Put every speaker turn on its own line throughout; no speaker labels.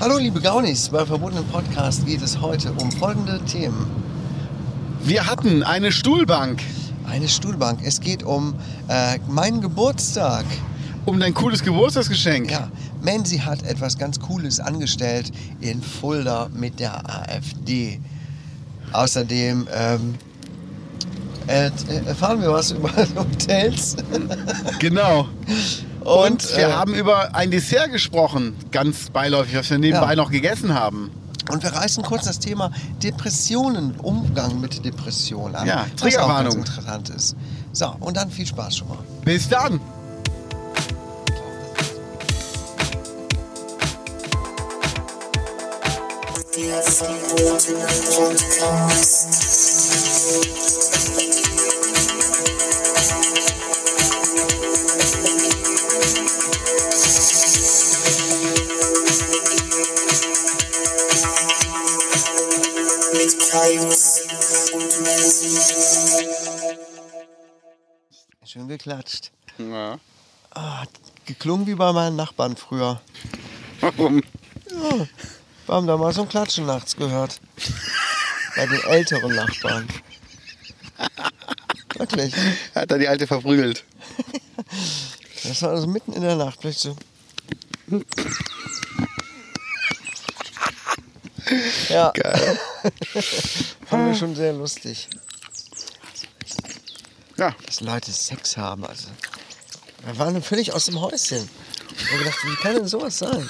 Hallo liebe Gaunis, bei Verbotenen Podcast geht es heute um folgende Themen.
Wir hatten eine Stuhlbank,
Eine Stuhlbank, es geht um äh, meinen Geburtstag.
um dein cooles Geburtstagsgeschenk.
Ja, Mansi hat etwas ganz Cooles angestellt in Fulda mit der AfD. Außerdem ähm, äh, erfahren wir was über Hotels.
Genau.
Und,
Und wir
äh,
haben über ein Dessert gesprochen, ganz beiläufig, was wir nebenbei noch gegessen haben.
Und wir reißen kurz das Thema Depressionen, Umgang mit Depressionen an.
Ja,
was auch ganz
Triggerwarnung.
interessant ist. So, und dann viel Spaß schon mal.
Bis dann.
Schön geklatscht. Ah, hat geklungen wie bei meinen Nachbarn früher.
Warum?
Wir haben da mal so ein Klatschen nachts gehört. Bei den älteren Nachbarn. Wirklich.
Hat er die alte verprügelt?
Das war also mitten in der Nacht. Vielleicht so. Ja,
Geil.
fanden wir schon sehr lustig.
Ja.
dass Leute Sex haben. Also, wir waren völlig aus dem Häuschen. Ich habe gedacht, wie kann denn sowas sein?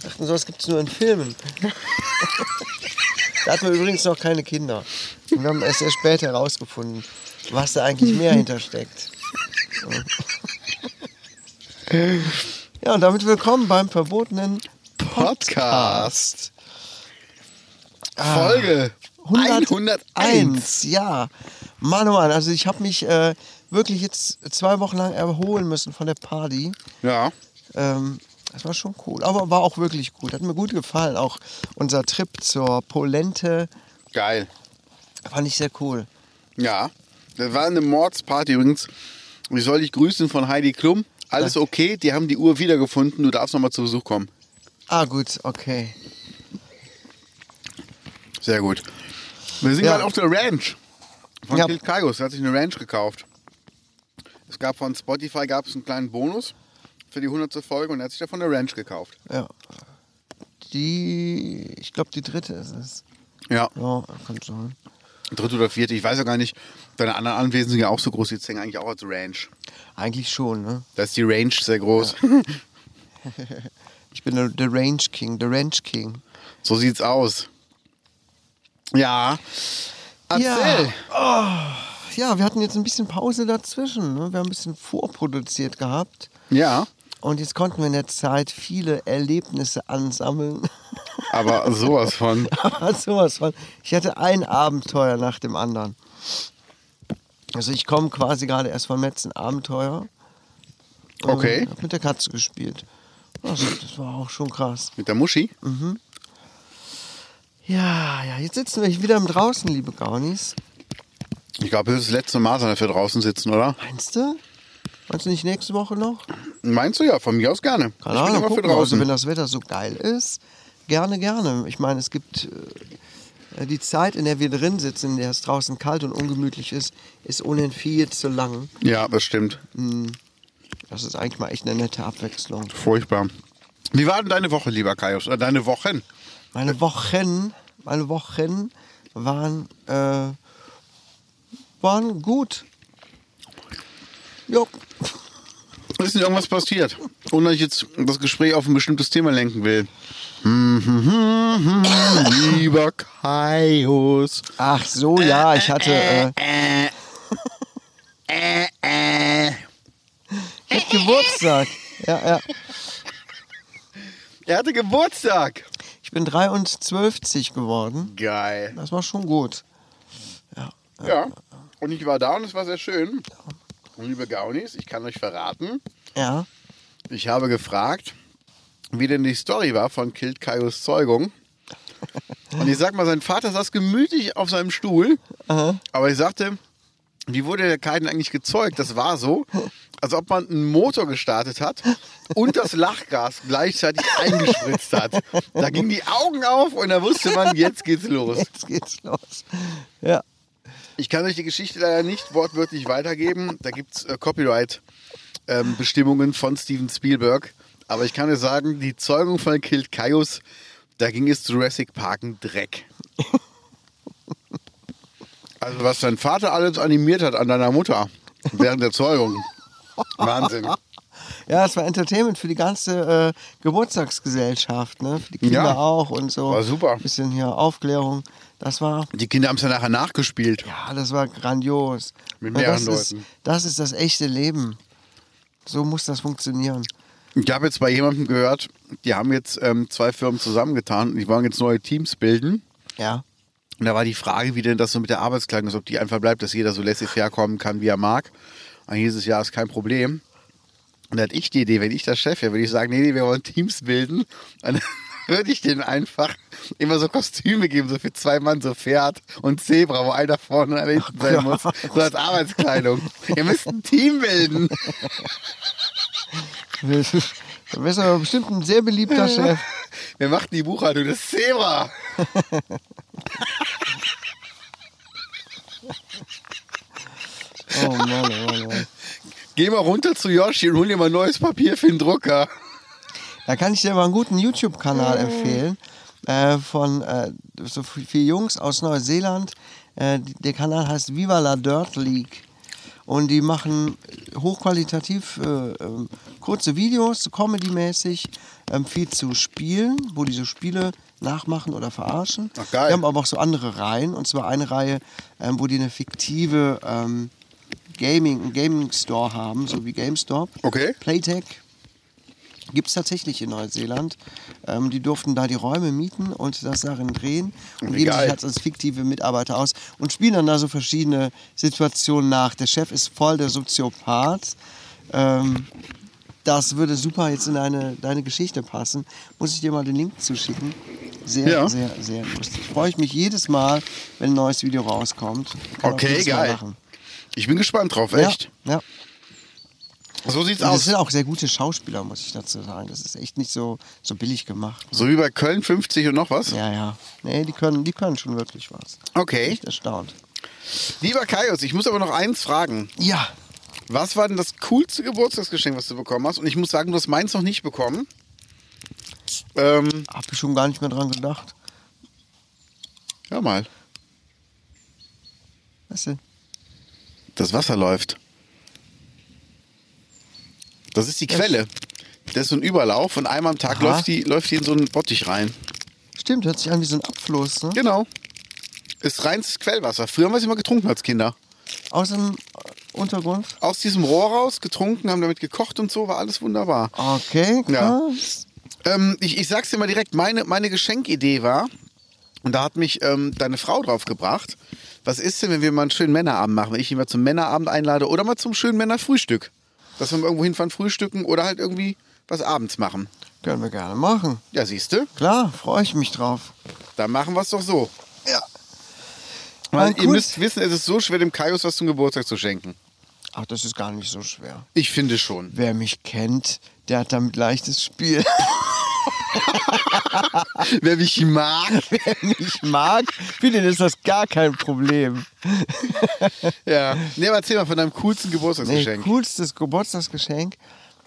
Wir dachten, sowas gibt es nur in Filmen. da hatten wir übrigens noch keine Kinder. Und wir haben erst sehr spät herausgefunden, was da eigentlich mehr hintersteckt. Ja, und damit willkommen beim verbotenen
Podcast. Ah. Folge
101.
101.
Ja, Mann, oh Mann, also ich habe mich äh, wirklich jetzt zwei Wochen lang erholen müssen von der Party.
Ja.
Ähm, das war schon cool, aber war auch wirklich gut. Hat mir gut gefallen. Auch unser Trip zur Polente
Geil.
fand ich sehr cool.
Ja, das war eine Mordsparty übrigens. Ich soll dich grüßen von Heidi Klum. Alles okay, die haben die Uhr wiedergefunden. Du darfst nochmal zu Besuch kommen.
Ah, gut, okay.
Sehr gut. Wir sind
Ja.
gerade auf der Ranch von
Ja.
ja. Kilt Kaios. Er hat sich eine Ranch gekauft. Es gab von Spotify gab es einen kleinen Bonus für die 100. Folge und er hat sich davon eine Ranch gekauft.
Ja. Die, ich glaube, die dritte ist es.
Ja,
Ja, kann sein.
dritte oder vierte, ich weiß ja gar nicht. Deine anderen Anwesen sind ja auch so groß, die zählen eigentlich auch als Ranch.
Eigentlich schon, ne?
Da ist die Range sehr groß.
Ich bin der, der Range King, der Ranch King.
So sieht's aus. Ja.
Ja.
Erzähl.
Oh. ja, wir hatten jetzt ein bisschen Pause dazwischen. Ne? Wir haben ein bisschen vorproduziert gehabt.
Ja,
Und jetzt konnten wir in der Zeit viele Erlebnisse ansammeln.
aber sowas von.
Aber sowas von. Ich hatte ein Abenteuer nach dem anderen. Also ich komme quasi gerade erst vom letzten Abenteuer. Ähm,
Okay.
hab mit der Katze gespielt. Also, das war auch schon krass.
Mit der Muschi?
Ja, ja, jetzt sitzen wir hier wieder im draußen, liebe Gaunis.
Ich glaube, das ist das letzte Mal, dass wir draußen sitzen, oder?
Meinst du? Meinst du nicht nächste Woche noch?
Meinst du ja, von mir aus gerne.
Keine
ich bin
Ahnung,
immer für
gucken wir. Also,
draußen.
wenn das Wetter so geil ist, gerne, gerne. Ich meine, es gibt äh, die Zeit, in der wir drin sitzen, in der es draußen kalt und ungemütlich ist, ist ohnehin viel zu lang.
ja, das stimmt.
Das ist eigentlich mal echt eine nette Abwechslung.
Furchtbar. Wie war denn deine Woche, lieber Kaius? Oder deine Wochen?
Meine Wochen, meine Wochen waren, äh, waren gut. Jo.
Ist denn irgendwas passiert? Ohne dass ich jetzt das Gespräch auf ein bestimmtes Thema lenken will. lieber Kaius.
Ach so, ja, ich hatte, äh, ich hatte Geburtstag. Ja, ja.
Er hatte Geburtstag.
Ich bin 23 geworden.
Geil.
Das war schon gut.
Ja. Und ich war da und es war sehr schön. Und liebe Gaunis, ich kann euch verraten,
Ja.
Ich habe gefragt, wie denn die Story war von Kilt Kaios Zeugung. Und ich sag mal, sein Vater saß gemütlich auf seinem Stuhl. Aber ich sagte, wie wurde der Kaiden eigentlich gezeugt? Das war so. als ob man einen Motor gestartet hat und das Lachgas gleichzeitig eingespritzt hat. Da gingen die Augen auf und da wusste man, jetzt geht's los.
Jetzt geht's los. Ja.
Ich kann euch die Geschichte leider nicht wortwörtlich weitergeben. Da gibt es äh, Copyright-Bestimmungen von Steven Spielberg. Aber ich kann euch sagen, die Zeugung von Killed Caius, da ging es Jurassic Park ein Dreck. Also was dein Vater alles animiert hat an deiner Mutter während der Zeugung. Wahnsinn.
Ja, es war Entertainment für die ganze äh, Geburtstagsgesellschaft, ne? Für die Kinder
Ja.
auch und so.
War super.
Ein bisschen hier Aufklärung. Das war,
Die Kinder haben es ja nachher nachgespielt.
ja, das war grandios.
Mit
Na, das
mehreren
ist,
Leuten.
Das ist das echte Leben. So muss das funktionieren.
Ich habe jetzt bei jemandem gehört, die haben jetzt ähm, zwei Firmen zusammengetan und die wollen jetzt neue Teams bilden.
Ja.
Und da war die Frage, wie denn das so mit der Arbeitskleidung ist, ob die einfach bleibt, dass jeder so laissez-faire kommen kann, wie er mag. Und hieß es, ja, ist kein Problem. Und da hatte ich die Idee, wenn ich der Chef wäre, würde ich sagen, nee, nee, wir wollen Teams bilden. Und dann würde ich denen einfach immer so Kostüme geben, so für zwei Mann, so Pferd und Zebra, wo einer vorne und einer hinten sein muss. So als Arbeitskleidung. Ihr müsst ein Team bilden.
Du bist aber bestimmt ein sehr beliebter Chef.
Wir machen die Buchhaltung, das Zebra.
Oh Mann, oh Mann, oh Mann.
Geh mal runter zu Yoshi und hol dir mal neues Papier für den Drucker.
Da kann ich dir mal einen guten YouTube-Kanal empfehlen. Äh, von äh, so vi- vier Jungs aus Neuseeland. Äh, die- der Kanal heißt Viva la Dirt League. Und die machen hochqualitativ äh, ähm, kurze Videos, so comedy-mäßig, ähm, viel zu Spielen, wo die so Spiele nachmachen oder verarschen.
Ach, geil.
Die haben aber auch so andere Reihen. Und zwar eine Reihe, ähm, wo die eine fiktive ähm, Gaming, einen Gaming-Store haben, so wie GameStop.
Okay.
Playtech, Gibt es tatsächlich in Neuseeland. Ähm, die durften da die Räume mieten und das darin drehen und
Wie
geben
geil.
sich als, als fiktive Mitarbeiter aus und spielen dann da so verschiedene Situationen nach. Der Chef ist voll der Soziopath. Ähm, das würde super jetzt in eine, deine Geschichte passen. Muss ich dir mal den Link zuschicken. Sehr,
Ja.
sehr, sehr lustig. Freue ich mich jedes Mal, wenn ein neues Video rauskommt. Kann auch
Okay,
jedes Mal
geil.
lachen.
Ich bin gespannt drauf, echt.
Ja, ja.
So sieht's
Und das
aus.
sind auch sehr gute Schauspieler, muss ich dazu sagen. Das ist echt nicht so, so billig gemacht.
So wie bei Köln 50 und noch was?
Ja, ja. Nee, die können, die können schon wirklich was.
Okay.
Echt erstaunt.
Lieber Kaius, ich muss aber noch eins fragen.
Ja.
Was war denn das coolste Geburtstagsgeschenk, was du bekommen hast? Und ich muss sagen, du hast meins noch nicht bekommen. Ähm,
Hab ich schon gar nicht mehr dran gedacht.
hör mal.
Was denn?
Das Wasser läuft. Das ist die Quelle. Das ist so ein Überlauf und einmal am Tag
Aha.
läuft die, läuft die in so einen Bottich rein.
Stimmt, hört sich an wie so ein Abfluss, ne?
Genau. Ist reines Quellwasser. Früher haben wir es immer getrunken als Kinder.
Aus dem äh, Untergrund.
Aus diesem Rohr raus, getrunken, haben damit gekocht und so, war alles wunderbar.
Okay, krass.
Ähm, ich, ich sag's dir mal direkt, meine, meine Geschenkidee war, und da hat mich ähm, deine Frau drauf gebracht, was ist denn, wenn wir mal einen schönen Männerabend machen, wenn ich ihn mal zum Männerabend einlade oder mal zum schönen Männerfrühstück. Dass wir mal irgendwo hinfahren, frühstücken oder halt irgendwie was abends machen.
Können wir gerne machen.
Ja, siehst du,
Klar, freue ich mich drauf.
dann machen wir es doch so.
Ja.
Weil
Mein
ihr
cool-
müsst wissen, es ist so schwer, dem Kaius was zum Geburtstag zu schenken.
Ach, das ist gar nicht so schwer.
Ich finde schon.
Wer mich kennt, der hat damit leichtes Spiel.
Wer mich mag,
Wer mich mag, für den ist das gar kein Problem.
ja. Nee, aber erzähl mal von deinem coolsten
Nee,
Geburtstagsgeschenk.
coolstes Geburtstagsgeschenk.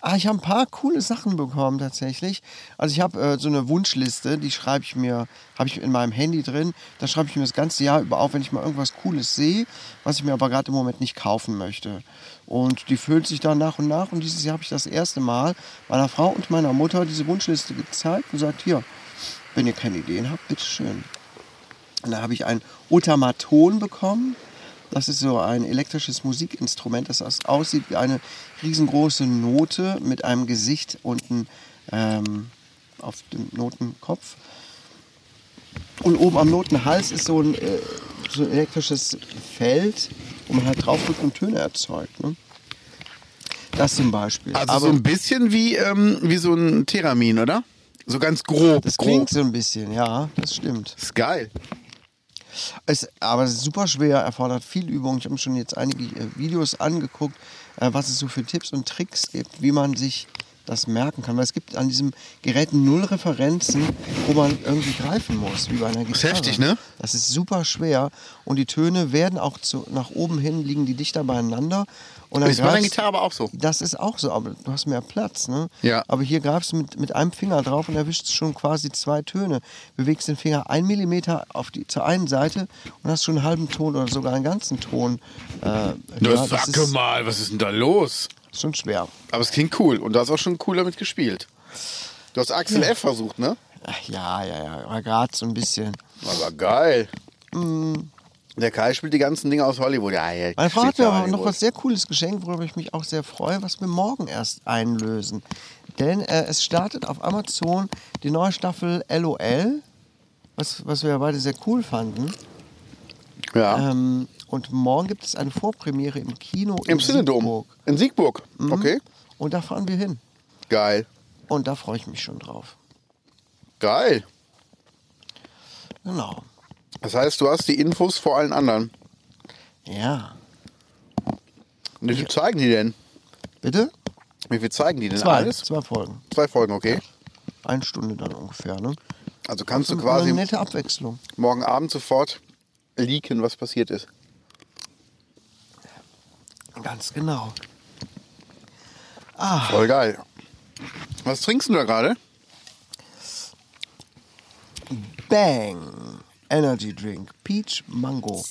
Ah, ich habe ein paar coole Sachen bekommen tatsächlich. Also ich habe äh, so eine Wunschliste, die schreibe ich mir, habe ich in meinem Handy drin. Da schreibe ich mir das ganze Jahr über auf, wenn ich mal irgendwas Cooles sehe, was ich mir aber gerade im Moment nicht kaufen möchte. Und die füllt sich dann nach und nach. Und dieses Jahr habe ich das erste Mal meiner Frau und meiner Mutter diese Wunschliste gezeigt und gesagt, hier, wenn ihr keine Ideen habt, bitteschön. Und da habe ich ein Automaton bekommen. Das ist so ein elektrisches Musikinstrument, das aus- aussieht wie eine riesengroße Note mit einem Gesicht unten ähm, auf dem Notenkopf. Und oben am Notenhals ist so ein, äh, so ein elektrisches Feld, wo man halt draufdrückt und Töne erzeugt. Ne? Das zum Beispiel.
Also so ein bisschen wie, ähm, wie so ein Theramin, oder? So ganz grob.
das
grob.
klingt so ein bisschen, ja, das stimmt.
Ist geil.
Es, aber es ist super schwer, erfordert viel Übung. Ich habe mir schon jetzt einige äh, Videos angeguckt, äh, was es so für Tipps und Tricks gibt, wie man sich das merken kann. Weil es gibt an diesem Gerät null Referenzen, wo man irgendwie greifen muss, wie bei einer Gitarre.
ist heftig, ne?
Das ist super schwer und die Töne werden auch zu, nach oben hin, liegen die dichter beieinander. Und dann
Ist bei einer
greifst-
Gitarre aber auch so.
Das ist auch so, aber du hast mehr Platz, ne?
Ja.
Aber hier greifst du mit, mit einem Finger drauf und erwischst schon quasi zwei Töne. Bewegst den Finger einen Millimeter auf die, zur einen Seite und hast schon einen halben Ton oder sogar einen ganzen Ton. Äh, ja,
Na,
das
sag
ist
mal, was ist denn da los?
schon schwer.
Aber es klingt cool und du hast auch schon cool damit gespielt. Du hast Axel F versucht, ne?
Ach, ja, ja, ja, aber gerade so ein bisschen.
Aber geil.
Mm.
Der Kai spielt die ganzen Dinge aus Hollywood. Ja, ja,
Meine Frau
spielt
hat mir
ja
aber noch
Hollywood.
was sehr Cooles geschenkt, worüber ich mich auch sehr freue, was wir morgen erst einlösen. Denn äh, es startet auf Amazon die neue Staffel LOL, was, was wir ja beide sehr cool fanden.
Ja.
Ähm, und morgen gibt es eine Vorpremiere im Kino in
Im Synodom.
Siegburg. Mhm.
In Siegburg. Okay.
Und da fahren wir hin.
Geil.
Und da freue ich mich schon drauf.
Geil.
Genau.
Das heißt, du hast die Infos vor allen anderen.
Ja.
Und wie viel zeigen die denn?
Bitte?
Wie viel zeigen die denn
Zwei.
alles?
Zwei Folgen.
Zwei Folgen, okay.
Eine Stunde dann ungefähr. Ne?
Also kannst du
Eine
quasi
nette Abwechslung.
morgen Abend sofort leaken, was passiert ist.
Ganz genau.
Voll geil. Was trinkst du da gerade?
Bang! Energy Drink. Peach Mango.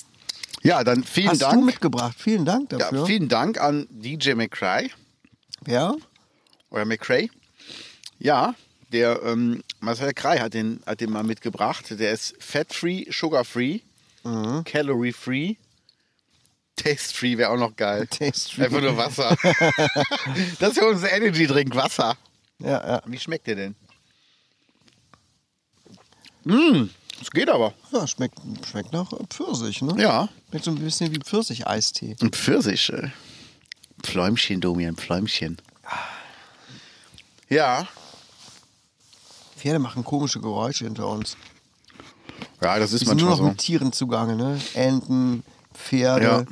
Ja, dann vielen
Hast du
Dank.
mitgebracht. Vielen Dank
Ja,
dafür.
vielen Dank an DJ McCray
Ja?
oder McCray. Ja, der ähm, Marcel Krei hat den, hat den mal mitgebracht. Der ist fat-free, sugar-free, Mhm. calorie-free, taste-free wäre auch noch geil.
Taste-free.
Einfach nur Wasser. das ist ja unser Energy-Drink, Wasser.
Ja, ja.
Wie schmeckt der denn? Mm, es geht aber.
Ja, schmeckt, schmeckt nach Pfirsich, ne?
Ja.
Schmeckt so ein bisschen wie Pfirsich-Eistee.
Ein Pfirsich. äh. Pfläumchen, Domi, ein Pfläumchen. Ja.
Pferde machen komische Geräusche hinter uns.
Ja, das ist
Die sind nur
manchmal
noch
so.
mit Tieren zugange, ne? Enten, Pferde,
Ja.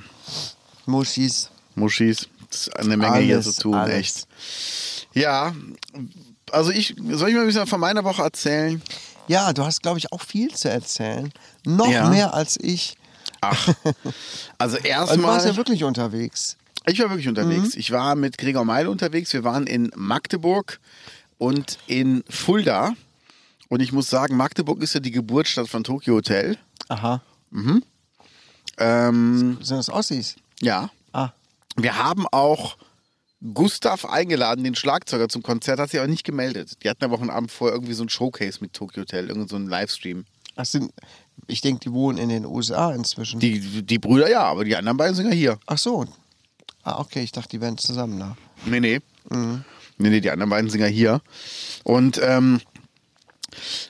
Muschis.
Muschis. Das ist eine Menge hier zu tun,
alles.
echt. Ja, also ich, soll ich mal ein bisschen von meiner Woche erzählen?
Ja, du hast, glaube ich, auch viel zu erzählen. Noch
Ja.
mehr als ich.
Ach, also
Weil du
erstmal,
warst ja wirklich unterwegs.
ich war wirklich unterwegs. Ich war mit Gregor Meil unterwegs. Wir waren in Magdeburg und in Fulda. Und ich muss sagen, Magdeburg ist ja die Geburtsstadt von Tokyo Hotel.
Aha.
Ähm,
Sind das Ossis?
ja,
Ah.
wir haben auch Gustav eingeladen, den Schlagzeuger zum Konzert, hat sich aber nicht gemeldet. Die hatten aber auch einen Abend vorher irgendwie so ein Showcase mit Tokyo Hotel, irgend so einen Livestream.
Das sind, ich denke, die wohnen in den USA inzwischen.
Die, die Brüder ja, aber die anderen beiden sind ja hier.
Ach so. Ah, okay, ich dachte, die wären zusammen da.
Nee, nee. Nee, nee, die anderen beiden sind ja hier. Und ähm,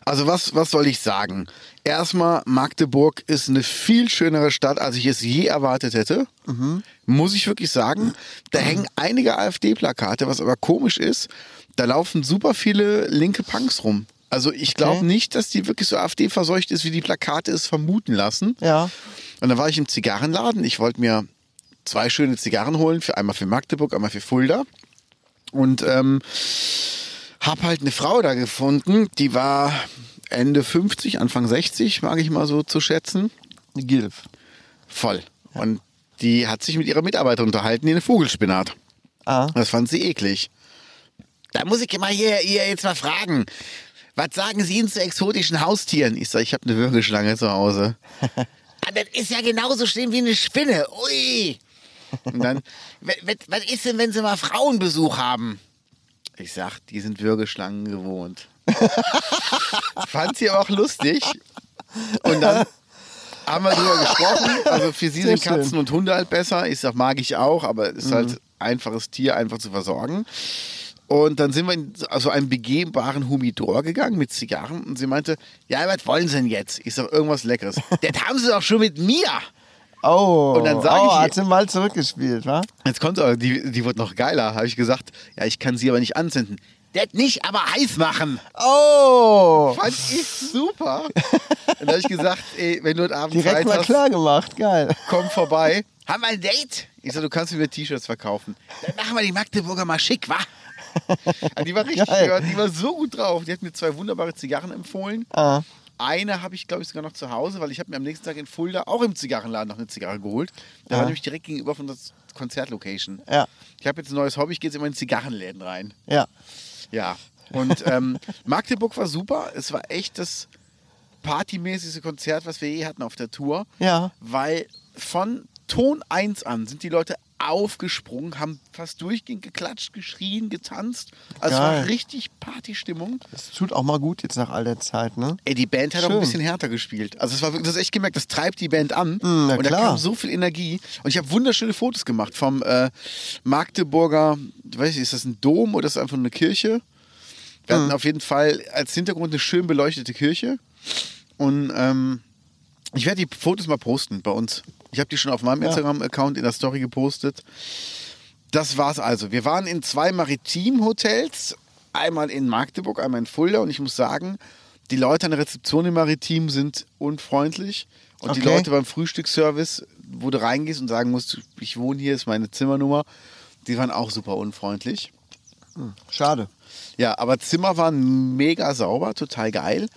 also was, was soll ich sagen? Erstmal, Magdeburg ist eine viel schönere Stadt, als ich es je erwartet hätte. Muss ich wirklich sagen. Da hängen einige AfD-Plakate, was aber komisch ist. Da laufen super viele linke Punks rum. Also ich glaube nicht, dass die wirklich so AfD-verseucht ist, wie die Plakate es vermuten lassen.
Ja.
Und dann war ich im Zigarrenladen. Ich wollte mir zwei schöne Zigarren holen, für einmal für Magdeburg, einmal für Fulda. Und ähm, habe halt eine Frau da gefunden, die war Ende 50, Anfang 60, mag ich mal so zu schätzen.
Die Gilf.
Voll. Und die hat sich mit ihrer Mitarbeiterin unterhalten, die eine Vogelspinat.
Ah.
Das fand sie eklig. Da muss ich mal hier, hier jetzt mal fragen. Was sagen Sie Ihnen zu exotischen Haustieren? Ich sage, ich habe eine Würgeschlange zu Hause. Ah, das ist ja genauso schlimm wie eine Spinne. Ui. Und dann, "Wa- wa- was ist denn, wenn Sie mal Frauenbesuch haben? Ich sag, die sind Würgeschlangen gewohnt. Fand sie aber auch lustig. Und dann haben wir drüber gesprochen. Also für sie
Sehr
sind Katzen
schön.
und Hunde halt besser. Ich sag, mag ich auch, aber ist halt einfaches Tier, einfach zu versorgen. Und dann sind wir in also einen begehbaren Humidor gegangen mit Zigarren und sie meinte, ja, was wollen Sie denn jetzt? Ich sag, irgendwas Leckeres. das haben Sie doch schon mit mir.
Oh.
Und dann sag
oh,
ich ihr-
hat sie mal zurückgespielt, wa?
Jetzt kommt aber, die, die wird noch geiler, habe ich gesagt. Ja, ich kann sie aber nicht anzünden. Das nicht, aber heiß machen.
Oh.
Fand ich super. Und da habe ich gesagt, ey, wenn du heute Abend
Direkt
Zeit
mal
hast,
klar gemacht. Geil.
komm vorbei. Haben wir ein Date? Ich Ich sag, du kannst mir T-Shirts verkaufen. Dann machen wir die Magdeburger mal schick, wa? Aber Die war richtig,
Geil.
gehört, die war so gut drauf. Die hat mir zwei wunderbare Zigarren empfohlen.
Ah.
Eine habe ich, glaube ich, sogar noch zu Hause, weil ich habe mir am nächsten Tag in Fulda auch im Zigarrenladen noch eine Zigarre geholt. Da war nämlich direkt gegenüber von der Konzertlocation.
Ja.
Ich habe jetzt ein neues Hobby, ich gehe jetzt immer in Zigarrenläden rein.
Ja.
Ja. Und ähm, Magdeburg war super. Es war echt das partymäßigste Konzert, was wir je hatten auf der Tour.
Ja.
Weil von Ton 1 an sind die Leute aufgesprungen, haben fast durchgehend geklatscht, geschrien, getanzt. Also es
Geil.
war richtig Partystimmung.
Das tut auch mal gut jetzt nach all der Zeit, ne?
Ey, die Band hat auch ein
Schön.
bisschen härter gespielt. Also es war wirklich, das hast echt gemerkt, das treibt die Band
Hm,
an.
na
und da
klar.
kam so viel Energie. Und ich habe wunderschöne Fotos gemacht vom äh, Magdeburger, weiß ich, ist das ein Dom oder ist das einfach nur eine Kirche? Wir
Hm.
hatten auf jeden Fall als Hintergrund eine schön beleuchtete Kirche. Und ähm, ich werde die Fotos mal posten bei uns. Ich habe die schon auf meinem
Ja.
Instagram-Account in der Story gepostet. Das war's also. Wir waren in zwei Maritim-Hotels, einmal in Magdeburg, einmal in Fulda. Und ich muss sagen, die Leute an der Rezeption im Maritim sind unfreundlich. Und die
Okay.
Leute beim Frühstücksservice, wo du reingehst und sagen musst, ich wohne hier, ist meine Zimmernummer, die waren auch super unfreundlich.
Schade.
Ja, aber Zimmer waren mega sauber, total geil.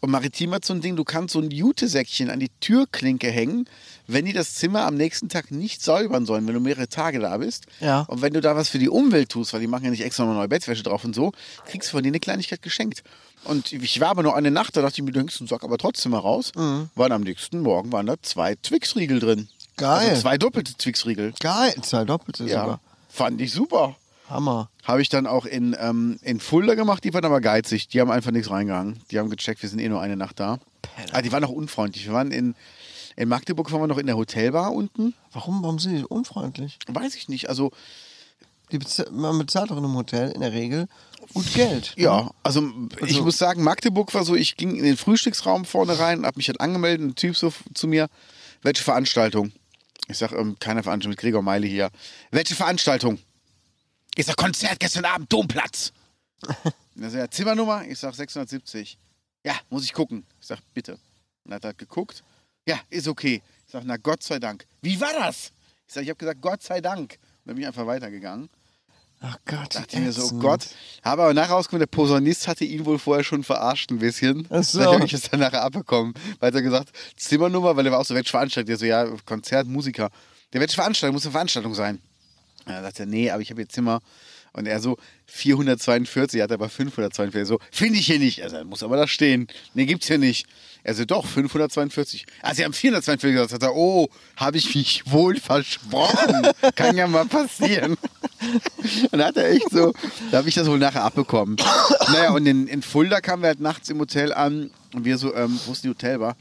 Und Maritim hat so ein Ding, du kannst so ein Jutesäckchen an die Türklinke hängen, wenn die das Zimmer am nächsten Tag nicht säubern sollen, wenn du mehrere Tage da bist.
Ja.
Und wenn du da was für die Umwelt tust, weil die machen ja nicht extra noch neue Bettwäsche drauf und so, kriegst du von denen eine Kleinigkeit geschenkt. Und ich war aber nur eine Nacht, da dachte ich mir, du hängst den Sack aber trotzdem mal raus.
Mhm.
Waren am nächsten Morgen waren da zwei Twix-Riegel drin.
Geil.
Also zwei doppelte Twix-Riegel.
Geil. Zwei doppelte
Ja.
sogar.
Fand ich super.
Hammer.
Habe ich dann auch in, ähm, in Fulda gemacht. Die waren aber geizig. Die haben einfach nichts reingehangen. Die haben gecheckt, wir sind eh nur eine Nacht da. Ah, die waren auch unfreundlich. Wir waren in, in Magdeburg, waren wir noch in der Hotelbar unten.
Warum, warum sind die so unfreundlich?
Weiß ich nicht. Also,
Die bez man bezahlt doch in einem Hotel in der Regel gut Geld. ne?
ja, also, ich
Also-
muss sagen, Magdeburg war so, ich ging in den Frühstücksraum vorne rein und habe mich halt angemeldet. Und ein Typ so f- zu mir, welche Veranstaltung? Ich sag, ähm, keine Veranstaltung mit Gregor Meile hier. Welche Veranstaltung? Ich sag, Konzert gestern Abend, Domplatz. Und er so, ja, Zimmernummer? Ich sag 670. Ja, muss ich gucken. Ich sag, bitte. Und hat er geguckt. Ja, ist okay. Ich sag, na Gott sei Dank. Wie war das? Ich sag, ich habe gesagt, Gott sei Dank. Und dann bin ich einfach weitergegangen.
Ach Gott.
Dachte mir so, oh
ätzend.
Gott. Habe aber nachher rausgekommen, der Posaunist hatte ihn wohl vorher schon verarscht ein bisschen.
Ach so.
Deshalb habe ich es dann nachher abbekommen. Weil er gesagt, Zimmernummer, weil er war auch so Wettschveranstalter. Der so, ja, Konzert, Musiker. Der Wettschveranstalter muss eine Veranstaltung sein. Und dann sagt er, nee, aber ich habe hier Zimmer. Und er so, 442, er hat aber 542. Er so, finde ich hier nicht. Also, dann muss aber da stehen. Nee, gibt's hier nicht. Er so, doch, 542. Ah, sie haben 442 gesagt. Sagt er, oh, habe ich mich wohl versprochen. Kann ja mal passieren. Und da hat er echt so, da habe ich das wohl nachher abbekommen. Naja, und in, in Fulda kamen wir halt nachts im Hotel an und wir so, ähm, wo ist die Hotelbar?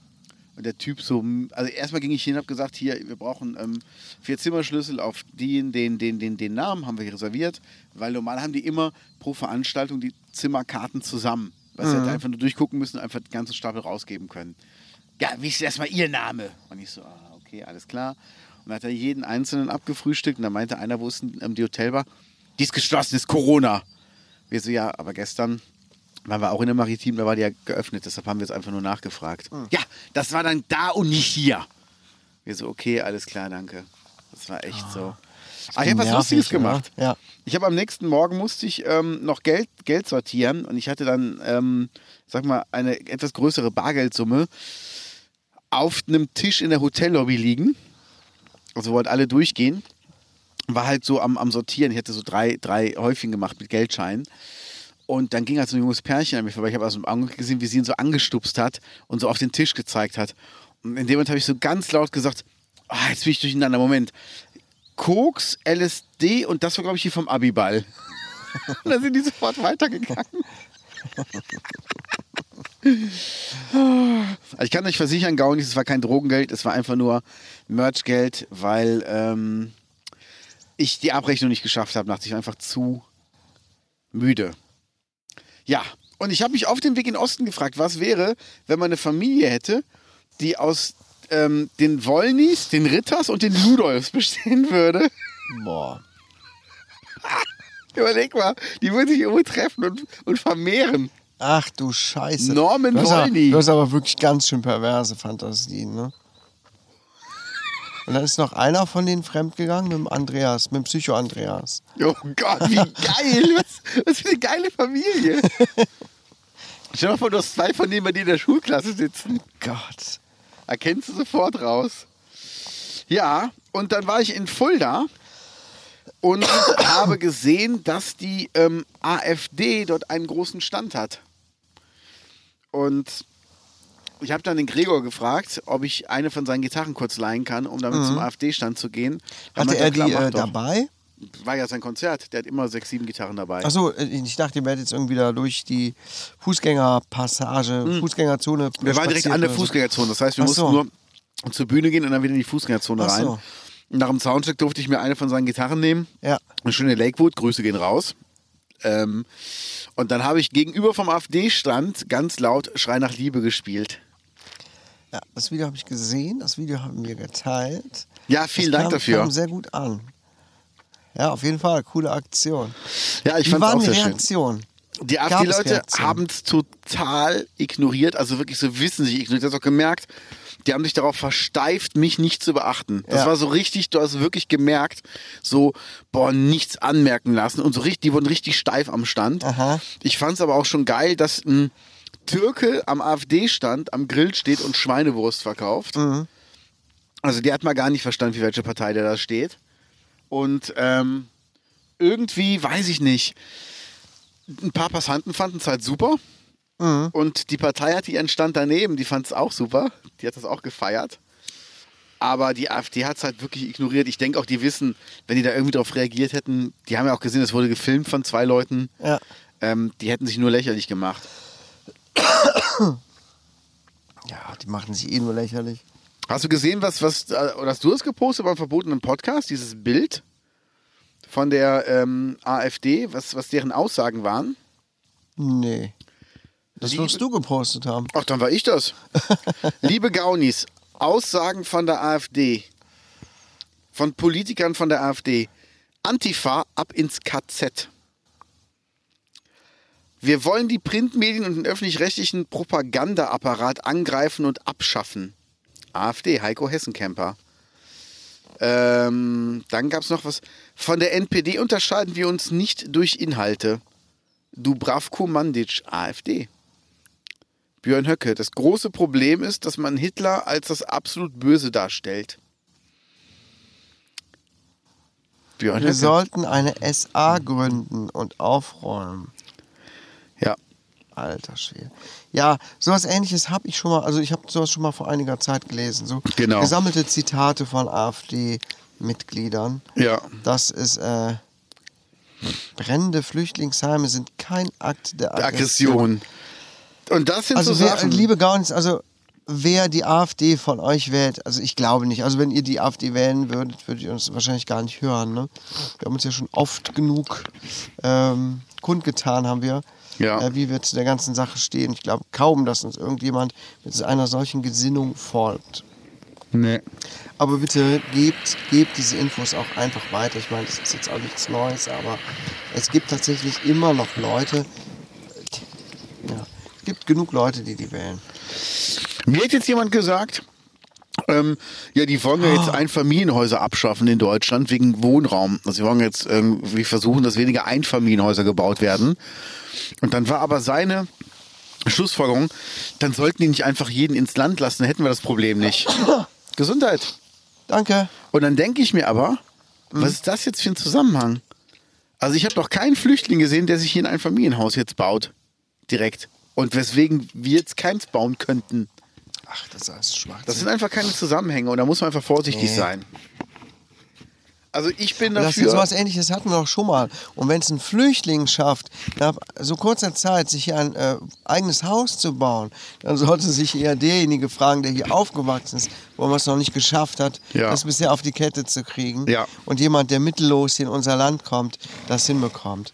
Und der Typ so, hm, also erstmal ging ich hin und habe gesagt, hier, wir brauchen ähm, vier Zimmerschlüssel auf den, den, den, den, den Namen haben wir reserviert, weil normal haben die immer pro Veranstaltung die Zimmerkarten zusammen. Weil sie halt einfach nur durchgucken müssen und einfach den ganzen Stapel rausgeben können. Ja, wie ist erstmal Ihr Name? Und ich so, ah, okay, alles klar. Und dann hat er jeden einzelnen abgefrühstückt und dann meinte einer, wo ist denn ähm, die Hotelbar? Die ist geschlossen, ist Corona. Wir so, ja, aber gestern waren wir auch in der Maritim, da war die ja geöffnet, deshalb haben wir jetzt einfach nur nachgefragt.
Ah.
Ja, das war dann da und nicht hier. Wir so, okay, alles klar, danke. Das war echt so. Ah, ich habe was
nervig,
Lustiges
oder?
gemacht.
Ja.
Ich habe am nächsten Morgen musste ich ähm, noch Geld, Geld sortieren und ich hatte dann, ähm, sag mal, eine etwas größere Bargeldsumme auf einem Tisch in der Hotellobby liegen. Also wollten alle durchgehen. War halt so am, am Sortieren. Ich hatte so drei, drei Häufchen gemacht mit Geldscheinen. Und dann ging halt so ein junges Pärchen an mir vorbei. Ich habe aus dem Augenblick gesehen, wie sie ihn so angestupst hat und so auf den Tisch gezeigt hat. Und in dem Moment habe ich so ganz laut gesagt: ah, Jetzt bin ich durcheinander. Moment. Koks, LSD und das war, glaube ich, hier vom Abiball. und dann sind die sofort weitergegangen. Also ich kann euch versichern, Gaunis, es war kein Drogengeld, es war einfach nur Merchgeld, weil ähm, ich die Abrechnung nicht geschafft habe nachts. Ich war einfach zu müde. Ja, und ich habe mich auf dem Weg in den Osten gefragt, was wäre, wenn man eine Familie hätte, die aus ähm, den Wollnis, den Ritters und den Ludolfs bestehen würde.
Boah.
Überleg mal, die würden sich irgendwo treffen und, und vermehren.
Ach du Scheiße.
Norman
du hast, aber,
Wollny.
du hast aber wirklich ganz schön perverse Fantasien, ne? Und dann ist noch einer von denen fremdgegangen mit dem Andreas, mit dem Psycho-Andreas.
Oh Gott, wie geil! Was, was für eine geile Familie! Stell dir mal vor, du hast zwei von denen bei dir in der Schulklasse sitzen.
Gott.
Erkennst du sofort raus. Ja, und dann war ich in Fulda und habe gesehen, dass die ähm, AfD dort einen großen Stand hat. Und ich habe dann den Gregor gefragt, ob ich eine von seinen Gitarren kurz leihen kann, um damit zum AfD-Stand zu gehen. Er
Mhm. Hatte
meinte,
er
klar,
die
mach
äh,
doch.
dabei?
War ja sein Konzert. Der hat immer sechs, sieben Gitarren dabei.
Achso, äh, ich dachte, ihr werdet jetzt irgendwie da durch die Fußgängerpassage, Fußgängerzone.
Hm. Wir waren direkt
spaziert
an der
oder so.
Fußgängerzone. Das heißt, wir
Ach
mussten
so.
nur zur Bühne gehen und dann wieder in die Fußgängerzone
Ach
rein.
so.
Und nach dem Soundcheck durfte ich mir eine von seinen Gitarren nehmen.
Ja.
Eine schöne Lakewood. Grüße gehen raus. Ähm, und dann habe ich gegenüber vom AfD-Stand ganz laut Schrei nach Liebe gespielt.
Ja, das Video habe ich gesehen, das Video haben wir geteilt.
Ja, vielen
das
Dank
kam,
dafür.
kam sehr gut an. Ja, auf jeden Fall, coole Aktion.
Ja, ich
Wie
fand es
waren
auch
die
sehr schön.
Reaktionen?
Die
Gab es
AfD-Leute
Reaktionen?
haben es total ignoriert, also wirklich so wissentlich ignoriert. Du hast auch gemerkt, die haben sich darauf versteift, mich nicht zu beachten. Das
Ja.
war so richtig, du hast wirklich gemerkt, so, boah, nichts anmerken lassen. Und so richtig, die wurden richtig steif am Stand.
Aha.
Ich fand es aber auch schon geil, dass ein Türke am AfD-Stand am Grill steht und Schweinewurst verkauft.
Mhm.
Also der hat mal gar nicht verstanden, für welche Partei der da steht. Und ähm, irgendwie, weiß ich nicht, ein paar Passanten fanden es halt super. Und die Partei hatte ihren Stand daneben, die fand es auch super. Die hat das auch gefeiert. Aber die AfD hat es halt wirklich ignoriert. Ich denke auch, die wissen, wenn die da irgendwie drauf reagiert hätten, die haben ja auch gesehen, es wurde gefilmt von zwei Leuten.
Ja.
Ähm, die hätten sich nur lächerlich gemacht.
Ja, die machen sich eh nur lächerlich.
Hast du gesehen, was, was, äh, oder hast du es gepostet beim verbotenen Podcast, dieses Bild von der ähm, AfD, was, was deren Aussagen waren?
Nee. Das
Liebe-
wirst du gepostet haben.
Ach, dann war ich das. Liebe Gaunis, Aussagen von der AfD, von Politikern von der AfD. Antifa ab ins KZ. Wir wollen die Printmedien und den öffentlich-rechtlichen Propagandaapparat angreifen und abschaffen. AfD, Heiko Hessenkämper. Ähm, dann gab es noch was. Von der NPD unterscheiden wir uns nicht durch Inhalte. Dubravko Mandic, AfD. Björn Höcke, das große Problem ist, dass man Hitler als das absolut Böse darstellt. Björn
Wir
Höcke.
sollten eine SA gründen und aufräumen.
Ja.
Alter Schwede. Ja, sowas ähnliches habe ich schon mal, also ich habe sowas schon mal vor einiger Zeit gelesen. So
Genau.
gesammelte Zitate von AfD-Mitgliedern.
Ja.
Das ist, äh, brennende Flüchtlingsheime sind kein Akt der Aggression.
Aggression. Und das sind
Also,
so
wer,
Sachen.
liebe Gaunis, also wer die AfD von euch wählt, also ich glaube nicht. Also, wenn ihr die AfD wählen würdet, würdet ihr uns wahrscheinlich gar nicht hören. Ne? Wir haben uns ja schon oft genug ähm, kundgetan, haben wir,
Ja.
äh, wie wir zu der ganzen Sache stehen. Ich glaube kaum, dass uns irgendjemand mit so einer solchen Gesinnung folgt.
nee.
Aber bitte gebt, gebt diese Infos auch einfach weiter. Ich meine, das ist jetzt auch nichts Neues, aber es gibt tatsächlich immer noch Leute, die- ja, es gibt genug Leute, die die wählen.
Mir hat jetzt jemand gesagt, ähm, ja, die wollen ja jetzt
Ah.
Einfamilienhäuser abschaffen in Deutschland wegen Wohnraum. Also sie wollen jetzt irgendwie versuchen, dass weniger Einfamilienhäuser gebaut werden. Und dann war aber seine Schlussfolgerung, dann sollten die nicht einfach jeden ins Land lassen, dann hätten wir das Problem nicht. Gesundheit.
Danke.
Und dann denke ich mir aber,
Mhm.
was ist das jetzt für ein Zusammenhang? Also ich habe noch keinen Flüchtling gesehen, der sich hier in ein Familienhaus jetzt baut. Direkt. Und weswegen wir jetzt keins bauen könnten.
Ach, das ist alles schwarz.
Das sind einfach keine Zusammenhänge und da muss man einfach vorsichtig
Nee.
sein. Also ich bin
das ist
dafür.
sowas ähnliches hatten wir doch schon mal. Und wenn es ein Flüchtling schafft, nach so kurzer Zeit sich hier ein äh, eigenes Haus zu bauen, dann sollte sich eher derjenige fragen, der hier aufgewachsen ist, wo man es noch nicht geschafft hat,
Ja.
das bisher auf die Kette zu kriegen.
Ja.
Und jemand, der mittellos hier in unser Land kommt, das hinbekommt.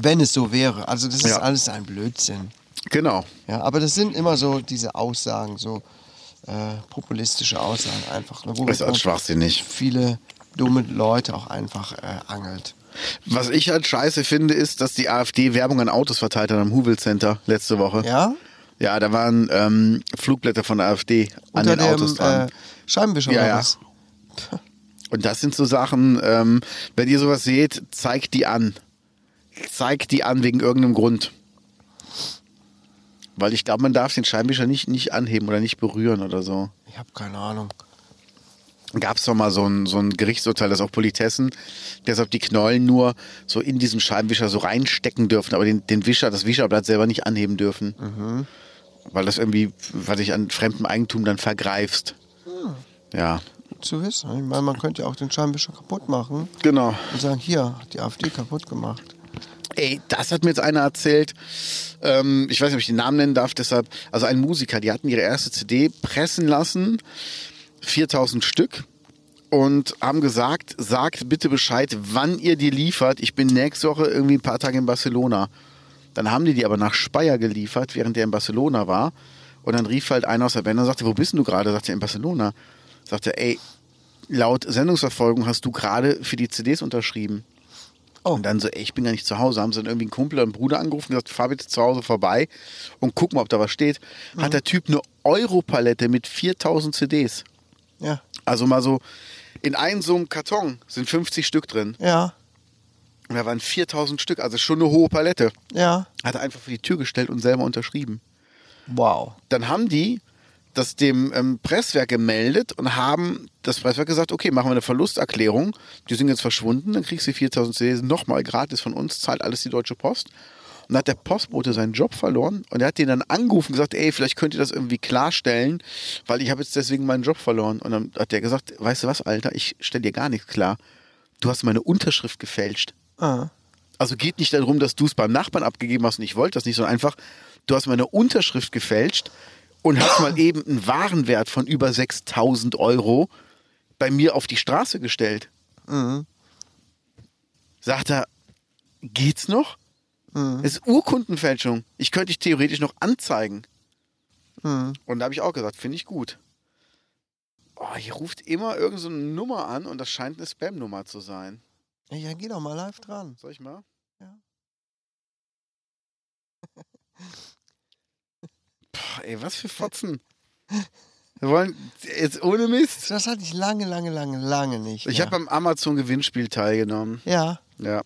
Wenn es so wäre. Also das ist
Ja.
alles ein Blödsinn.
genau.
Ja, aber das sind immer so diese Aussagen, so äh, populistische Aussagen einfach. Ne, wo
Ist
man
alles schwachsinnig.
Viele dumme Leute auch einfach äh, angelt.
Was ich halt scheiße finde, ist, dass die AfD Werbung an Autos verteilt hat am Huvel Center letzte Woche.
Ja?
Ja, da waren ähm, Flugblätter von der AfD an
Unter
den
dem
Autos dran.
äh, Scheibenwischer
Ja,
oder
ja.
was?
Und das sind so Sachen, ähm, wenn ihr sowas seht, zeigt die an. Zeigt die an wegen irgendeinem Grund. Weil ich glaube, man darf den Scheibenwischer nicht, nicht anheben oder nicht berühren oder so.
Ich habe keine Ahnung.
Gab es doch mal so ein, so ein Gerichtsurteil, dass auch Politessen deshalb die Knollen nur so in diesen Scheibenwischer so reinstecken dürfen, aber den, den Wischer, das Wischerblatt selber nicht anheben dürfen. Weil das irgendwie, was ich an fremdem Eigentum dann vergreifst. Ja,
Gut zu wissen. Ich meine, man könnte ja auch den Scheibenwischer kaputt machen
genau.
und sagen, hier, hat die AfD kaputt gemacht.
Ey, das hat mir jetzt einer erzählt. Ähm, ich weiß nicht, ob ich den Namen nennen darf, deshalb. Also ein Musiker, die hatten ihre erste CD pressen lassen. 4000 Stück. Und haben gesagt, sagt bitte Bescheid, wann ihr die liefert. Ich bin nächste Woche irgendwie ein paar Tage in Barcelona. Dann haben die die aber nach Speyer geliefert, während der in Barcelona war. Und dann rief halt einer aus der Band und sagte, wo bist denn du gerade? Sagte er, in Barcelona. Sagte, ey, laut Sendungsverfolgung hast du gerade für die CDs unterschrieben.
Oh.
Und dann so, ey, ich bin gar nicht zu Hause. Haben sie dann irgendwie einen Kumpel oder einen Bruder angerufen und gesagt, fahr bitte zu Hause vorbei und guck mal, ob da was steht. Hat der Typ eine Europalette mit 4000 CDs.
Ja.
Also mal so, in einem so einem Karton sind 50 Stück drin.
Ja.
Und da waren 4000 Stück, also schon eine hohe Palette.
Ja.
Hat er einfach vor die Tür gestellt und selber unterschrieben.
Wow.
Dann haben die das dem ähm, Presswerk gemeldet und haben das Presswerk gesagt, okay, machen wir eine Verlusterklärung. Die sind jetzt verschwunden, dann kriegst du die 4000 CDs nochmal gratis von uns, zahlt alles die Deutsche Post. Und dann hat der Postbote seinen Job verloren und er hat den dann angerufen und gesagt, ey, vielleicht könnt ihr das irgendwie klarstellen, weil ich habe jetzt deswegen meinen Job verloren. Und dann hat der gesagt, weißt du was, Alter, ich stelle dir gar nichts klar. Du hast meine Unterschrift gefälscht.
Ah.
Also geht nicht darum, dass du es beim Nachbarn abgegeben hast und ich wollte das nicht, sondern einfach, du hast meine Unterschrift gefälscht und hast mal eben einen Warenwert von über 6000 Euro bei mir auf die Straße gestellt.
mhm,
Sagt er, geht's noch?
mhm,
Das ist Urkundenfälschung. Ich könnte dich theoretisch noch anzeigen.
mhm.
Und da habe ich auch gesagt, finde ich gut. Oh, hier ruft immer irgendeine so eine Nummer an und das scheint eine Spam-Nummer zu sein.
Ja, geh doch mal live dran.
Soll ich mal?
Ja.
Boah, ey, was für Fotzen. Wir wollen jetzt ohne Mist.
Das hatte ich lange, lange, lange, lange nicht.
Ich
mehr.
habe beim Amazon-Gewinnspiel teilgenommen.
ja.
Ja.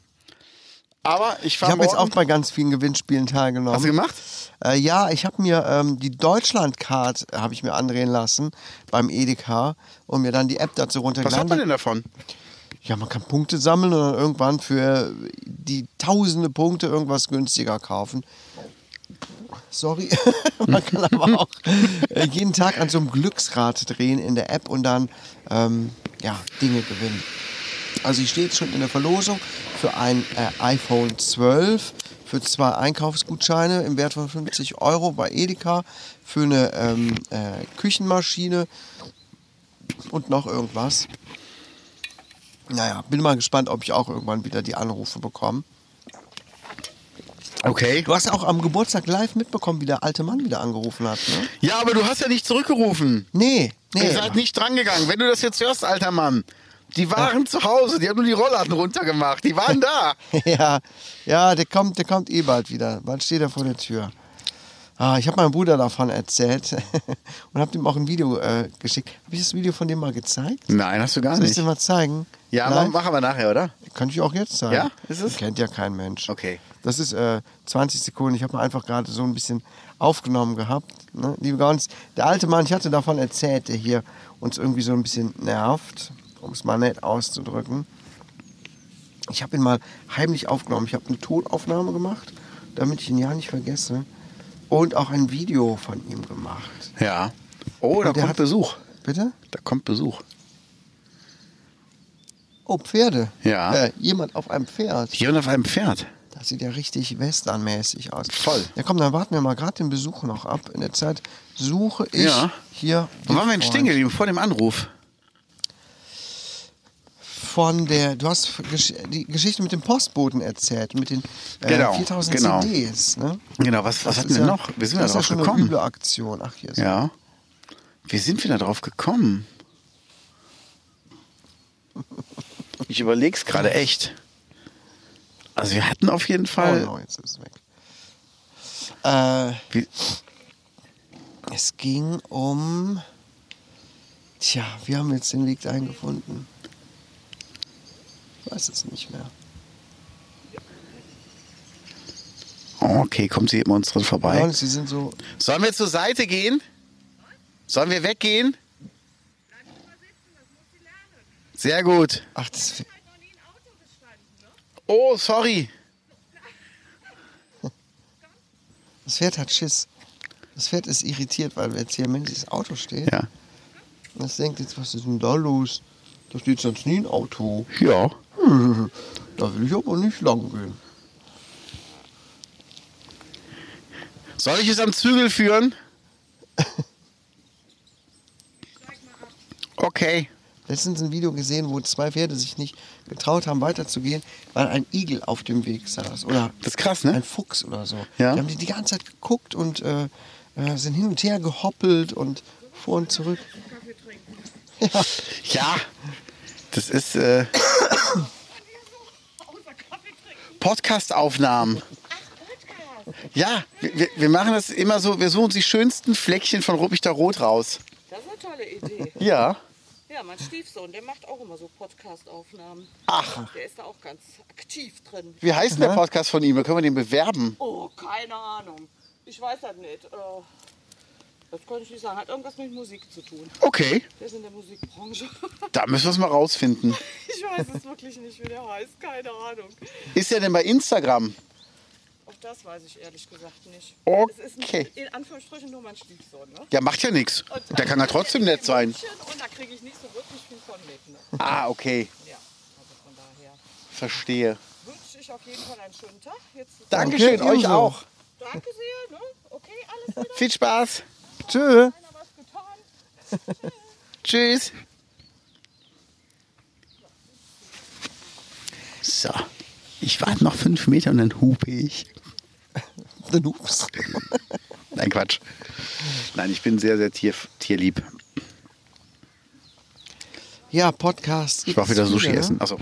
Aber ich
Ich
fahre
habe jetzt auch
morgen-
bei ganz vielen Gewinnspielen
Hast du
teilgenommen.
gemacht?
Äh, ja, ich habe mir ähm, die Deutschland-Card habe ich mir andrehen lassen beim Edeka und mir dann die App dazu
Was hat
runtergeladen.
man denn davon?
Ja, man kann Punkte sammeln und dann irgendwann für die tausende Punkte irgendwas günstiger kaufen. Sorry, man kann aber auch äh, jeden Tag an so einem Glücksrad drehen in der App und dann ähm, ja, Dinge gewinnen. Also ich stehe jetzt schon in der Verlosung für ein äh, iPhone 12, für zwei Einkaufsgutscheine im Wert von 50 Euro bei Edeka, für eine ähm, äh, Küchenmaschine und noch irgendwas. Naja, bin mal gespannt, ob ich auch irgendwann wieder die Anrufe bekomme.
Okay.
Du hast ja auch am Geburtstag live mitbekommen, wie der alte Mann wieder angerufen hat, ne?
Ja, aber du hast ja nicht zurückgerufen.
Nee, nee.
Ihr seid nicht drangegangen. Wenn du das jetzt hörst, alter Mann. Die waren zu Hause, die haben nur die Rollladen runtergemacht. Die waren da.
ja, ja, der kommt, der kommt eh bald wieder. Bald steht er vor der Tür. Ah, ich habe meinem Bruder davon erzählt und habe ihm auch ein Video äh, geschickt. Habe ich das Video von dem mal gezeigt?
Nein, hast du gar
Soll ich
nicht.
dir mal zeigen?
Ja,
Live?
machen machen wir nachher, oder?
Könnte ich auch jetzt sagen.
Ja, ist es?
Kennt ja kein Mensch.
Okay.
Das ist äh, 20 Sekunden. Ich habe mal einfach gerade so ein bisschen aufgenommen gehabt. Ne? Liebe Gauns, der alte Mann, ich hatte davon erzählt, der hier uns irgendwie so ein bisschen nervt, um es mal nett auszudrücken. Ich habe ihn mal heimlich aufgenommen. Ich habe eine Tonaufnahme gemacht, damit ich ihn ja nicht vergesse. Und auch ein Video von ihm gemacht.
Ja. Oh, da
Und der
kommt
hat-
Besuch.
Bitte?
Da kommt Besuch.
Oh, Pferde.
Ja.
Äh, jemand auf einem Pferd.
Jemand auf einem Pferd.
Das sieht ja richtig westernmäßig aus.
Voll.
Ja komm, dann warten wir mal gerade den Besuch noch ab. In der Zeit suche ich
Ja.
hier
Wo waren wir denn
den
stehen geblieben? Vor dem Anruf.
von der, du hast gesch die Geschichte mit dem Postboten erzählt, mit den äh,
Genau,
4000
genau.
CDs. Ne?
Genau, was,
Das
was hatten
ist
wir
ja-
denn noch? Wir sind ja
das ist ja
drauf
schon eine
gekommen.
üble Aktion. Ach, hier ist
Ja. Wie sind wir da drauf gekommen? Ich überleg's gerade echt. Also wir hatten auf jeden
Oh
Fall.
no, jetzt ist es weg. Äh,
Wie,
Es ging um. Tja, wir haben jetzt den Weg dahin gefunden. Ich weiß es nicht mehr.
oh, Okay, kommt sie eben uns drin vorbei.
Nein, sie sind so.
Sollen wir zur Seite gehen? Sollen wir weggehen? Sehr gut.
Ach, das,
Oh, sorry.
das Pferd hat Schiss. Das Pferd ist irritiert, weil wir jetzt hier menschliches Auto steht.
Ja.
Und Das denkt jetzt, was ist denn da los? Da steht sonst nie ein Auto.
Ja.
Da will ich aber nicht lang gehen.
Soll ich es am Zügel führen? Okay.
Letztens ein Video gesehen, wo zwei Pferde sich nicht getraut haben, weiterzugehen, weil ein Igel auf dem Weg saß. Oder
Das ist krass,
ein
ne?
Fuchs oder so.
Ja.
Die haben die, die ganze Zeit geguckt und äh, äh, sind hin und her gehoppelt und vor und zurück.
Ja. Das ist äh, Podcast-Aufnahmen. Ja, wir, wir- wir machen das immer so, wir suchen uns die schönsten Fleckchen von Ruppichter Rot raus.
Das ist eine tolle Idee.
Ja.
Ja, mein Stiefsohn, der macht auch immer so Podcast-Aufnahmen.
Ach.
Der ist da auch ganz aktiv drin.
Wie heißt denn der Podcast von ihm? Da Können wir den bewerben?
Oh, keine Ahnung. Ich weiß das nicht. Äh, Das kann ich nicht sagen. Hat irgendwas mit Musik zu tun.
Okay,
Der ist in der Musikbranche.
da müssen wir es mal rausfinden.
Ich weiß es wirklich nicht, wie der heißt. Keine Ahnung.
Ist er denn bei Instagram?
Auch das weiß ich ehrlich gesagt nicht. Es ist
Okay.
in Anführungsstrichen nur mein Stiefsohn. Ne? also
Ja, macht ja nichts. Da kann er trotzdem nett sein.
Und da kriege ich nicht so wirklich viel von mit. Ne?
Ah, okay.
Ja, also von daher
Verstehe.
wünsche ich auf jeden Fall einen schönen Tag. Jetzt
Dankeschön,
Okay,
euch
ebenso.
auch.
Danke sehr. Ne? Okay, alles wieder.
Viel Spaß.
Tschö.
Einer was getan.
Tschüss. So, ich warte noch fünf Meter und dann hupe ich.
Dann ups.
Nein, Quatsch. Nein, ich bin sehr, sehr tier, tierlieb.
Ja, Podcast. ne?
Ich war auch wieder Sushi essen. Also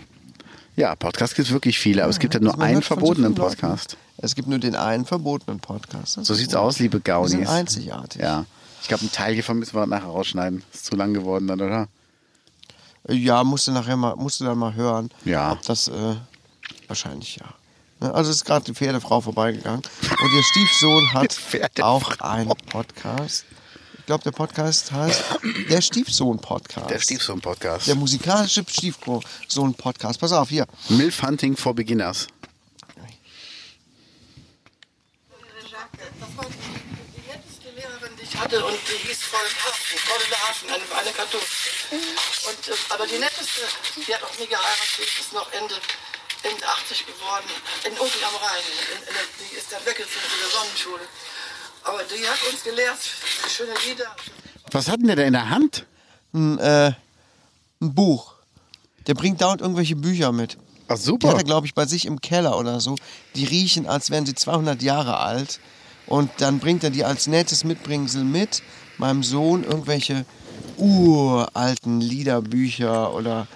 ja, Podcast gibt es wirklich viele, aber es gibt ja nur einen verbotenen Podcast.
Es gibt nur den einen verbotenen Podcast. Das
So
ist
sieht's
gut.
aus, liebe
Wir sind
Gaunis.
einzigartig.
Ja. Ich glaube, einen Teil hiervon müssen wir nachher rausschneiden. Ist zu lang geworden dann, oder?
Ja, musst du nachher mal, musst du dann mal hören.
Ja.
Ob das, äh, wahrscheinlich ja. Ne, Also ist gerade die Pferdefrau vorbeigegangen. Und ihr Stiefsohn hat
Pferdefrau.
auch einen Podcast. Ich glaube, der Podcast heißt Der Stiefsohn-Podcast.
Der Stiefsohn-Podcast.
Der musikalische Stiefsohn-Podcast. Pass auf, hier.
Milf Hunting for Beginners.
Das war die netteste Lehrerin, die ich hatte und die hieß Vollenhafen, Vollenhafen, eine, eine Kartoffel. Und, äh, aber die netteste, die hat auch nie geheiratet, die ist noch Ende, Ende 80 geworden, in unten am Rhein. In, in, der- die ist dann weggezogen zu der Sonnenschule. Aber die hat uns gelehrt, schöne Lieder.
Was hatten der da in der Hand?
Ein, äh, ein Buch. Der bringt dauernd irgendwelche Bücher mit. Die
Ach
hat
super.
er, glaube ich, bei sich im Keller oder so. Die riechen, als wären sie 200 Jahre alt. Und dann bringt er die als nettes Mitbringsel mit meinem Sohn irgendwelche uralten Liederbücher oder.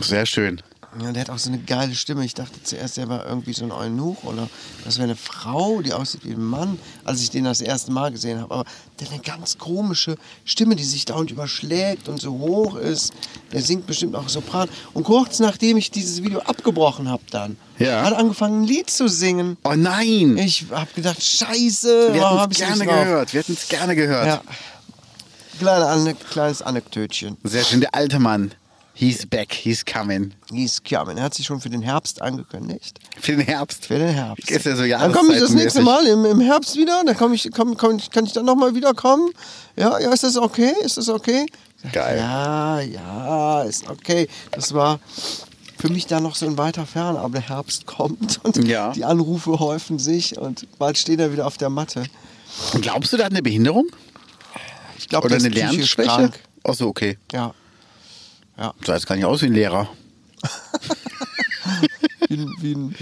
Sehr schön.
Ja, der hat auch so eine geile Stimme. Ich dachte zuerst, der war irgendwie so ein Eunuch oder das wäre eine Frau, die aussieht wie ein Mann, als ich den das erste Mal gesehen habe. Aber der hat eine ganz komische Stimme, die sich dauernd überschlägt und so hoch ist. Der singt bestimmt auch Sopran. Und kurz nachdem ich dieses Video abgebrochen habe, dann
Ja.
hat er angefangen, ein Lied zu singen.
Oh nein!
Ich habe gedacht, Scheiße,
wir
warum
hätten
habe
es
ich
gerne gehört. Wir hätten es gerne gehört.
Ja. Kleine Ane kleines Anekdötchen.
Sehr schön. Der alte Mann. He's back. He's coming.
He's coming. Er hat sich schon für den Herbst angekündigt.
Für den Herbst.
Für den Herbst.
Ist ja so
dann komme ich das nächste
jahreszeitenmäßig.
Mal im, im Herbst wieder. Dann komm ich, komm, komm, ich- kann ich dann nochmal wiederkommen. Ja, ja, ist das okay? Ist das okay?
Geil.
Ja, ja, ist okay. Das war für mich dann noch so in weiter Ferne. Aber der Herbst kommt und
Ja.
die Anrufe häufen sich und bald steht er wieder auf der Matte.
Glaubst du, der hat eine Behinderung?
Ich glaube,
Oder
der ist
eine
psychisch
Lernschwäche?
krank.
Ach so, okay.
Ja. Ja,
Sah jetzt gar nicht aus wie ein Lehrer.
wie, ein- wie ein,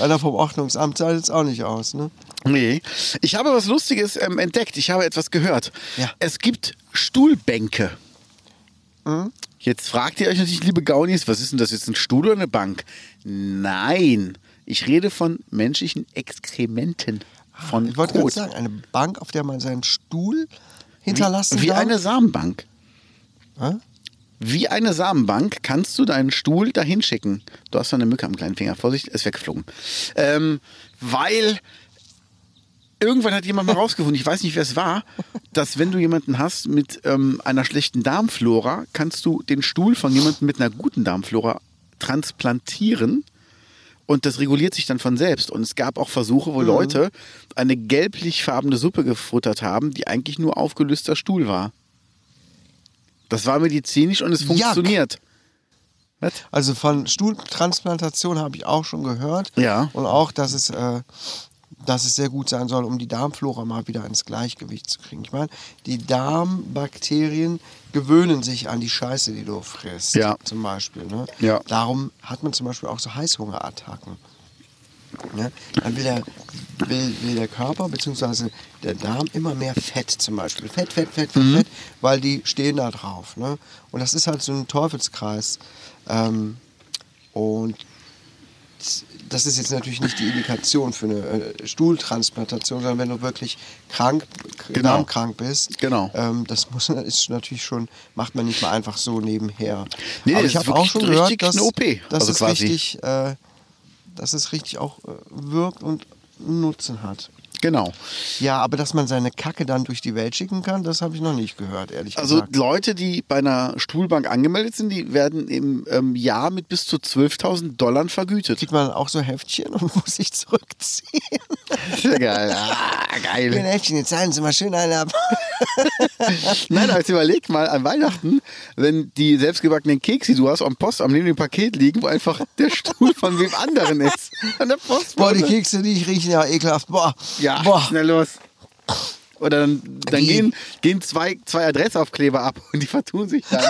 einer vom Ordnungsamt sah jetzt auch nicht aus, ne?
Nee. Ich habe was Lustiges ähm, entdeckt. Ich habe etwas gehört.
Ja.
Es gibt Stuhlbänke.
Mhm.
Jetzt fragt ihr euch natürlich, liebe Gaunis, was ist denn das jetzt, ein Stuhl oder eine Bank? Nein, ich rede von menschlichen Exkrementen. von
Ah, Ich wollte gerade
Kot.
sagen, eine Bank, auf der man seinen Stuhl hinterlassen
wie, wie
darf.
eine Samenbank.
Hä?
Wie eine Samenbank kannst du deinen Stuhl dahin schicken. Du hast da eine Mücke am kleinen Finger. Vorsicht, er ist weggeflogen. Ähm, weil irgendwann hat jemand mal rausgefunden, ich weiß nicht, wer es war, dass wenn du jemanden hast mit ähm, einer schlechten Darmflora, kannst du den Stuhl von jemandem mit einer guten Darmflora transplantieren. Und das reguliert sich dann von selbst. Und es gab auch Versuche, wo Leute eine gelblichfarbene Suppe gefuttert haben, die eigentlich nur aufgelöster Stuhl war. Das war medizinisch und es funktioniert.
Also von Stuhltransplantation habe ich auch schon gehört.
Ja.
Und auch, dass es, äh, dass es sehr gut sein soll, um die Darmflora mal wieder ins Gleichgewicht zu kriegen. Ich meine, die Darmbakterien gewöhnen sich an die Scheiße, die du frisst.
Ja.
Zum Beispiel. Ne?
Ja.
Darum hat man zum Beispiel auch so Heißhungerattacken. Ne? Dann will der, will, will der Körper bzw. der Darm immer mehr Fett zum Beispiel. Fett, Fett, Fett, Fett,
Mhm.
Fett, weil die stehen da drauf. Ne? Und das ist halt so ein Teufelskreis. Ähm, und das ist jetzt natürlich nicht die Indikation für eine äh, Stuhltransplantation, sondern wenn du wirklich krank, k-
Genau.
darmkrank bist,
Genau.
ähm, das muss ist natürlich schon, macht man nicht mal einfach so nebenher.
Nee,
Aber
das
ich
ist
habe
wirklich
auch schon
richtig
gehört, dass,
eine OP,
dass
also
es
quasi.
richtig, äh, dass es richtig auch äh, wirkt und Nutzen hat.
Genau.
Ja, aber dass man seine Kacke dann durch die Welt schicken kann, das habe ich noch nicht gehört, ehrlich
Also
gesagt.
Leute, die bei einer Stuhlbank angemeldet sind, die werden im ähm, Jahr mit bis zu 12.000 Dollar vergütet.
Kriegt man auch so Heftchen und muss sich zurückziehen.
Sehr geil. Ah,
Hier
geil.
ein Heftchen, jetzt zahlen Sie mal schön eine ab.
Nein, aber jetzt überleg mal an Weihnachten, wenn die selbstgebackenen Kekse, die du hast, am Postamt neben dem Paket liegen, wo einfach der Stuhl von wem anderen ist. An der
Boah, die
Postbote.
Kekse, die ich riechen ja ekelhaft. Boah.
Ja,
Boah.
schnell los. Oder dann, dann
Die-
gehen, gehen zwei, zwei Adressaufkleber ab und die vertun sich dann.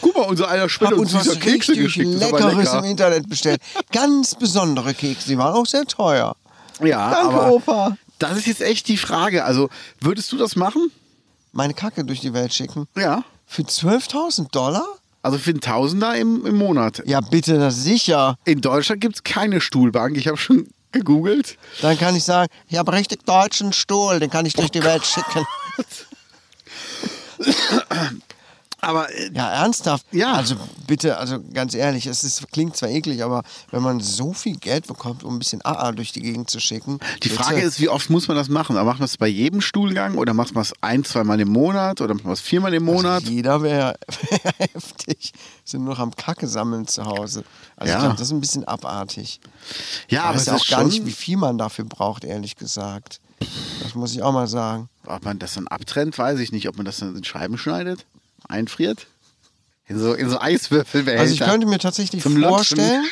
Guck mal, unser einer
Hab
Spinner
uns
uns
was
dieser Kekse
richtig
geschickt. Ist aber
Leckeres im
lecker.
Internet bestellt. Ganz besondere Kekse, die waren auch sehr teuer.
Ja,
Danke,
aber
Opa.
das ist jetzt echt die Frage. Also, würdest du das machen?
Meine Kacke durch die Welt schicken.
Ja.
Für 12.000 Dollar?
Also für einen Tausender im, im Monat.
Ja, bitte, das sicher.
In Deutschland gibt es keine Stuhlbank. Ich habe schon gegoogelt.
Dann kann ich sagen, ich habe richtig deutschen Stuhl, den kann ich durch die Welt schicken.
Aber äh,
Ja, ernsthaft?
Ja.
Also bitte, also ganz ehrlich, es ist, klingt zwar eklig, aber wenn man so viel Geld bekommt, um ein bisschen AA durch die Gegend zu schicken.
die Frage
bitte.
ist, wie oft muss man das machen? Macht man es bei jedem Stuhlgang oder macht man es ein, zweimal im Monat oder macht man es viermal im Monat?
Also jeder wäre wär heftig. Sind nur noch am Kacke sammeln zu Hause. Also
Ja.
ich glaube, das ist ein bisschen abartig. ich
ja, aber
weiß
es
ja
ist
auch gar
schon,
nicht, wie viel man dafür braucht, ehrlich gesagt. Das muss ich auch mal sagen.
ob man das dann abtrennt, weiß ich nicht. Ob man das dann in Scheiben schneidet, einfriert, in so, in so Eiswürfelbehälter.
Also ich könnte mir tatsächlich
Zum Lutschen.
vorstellen.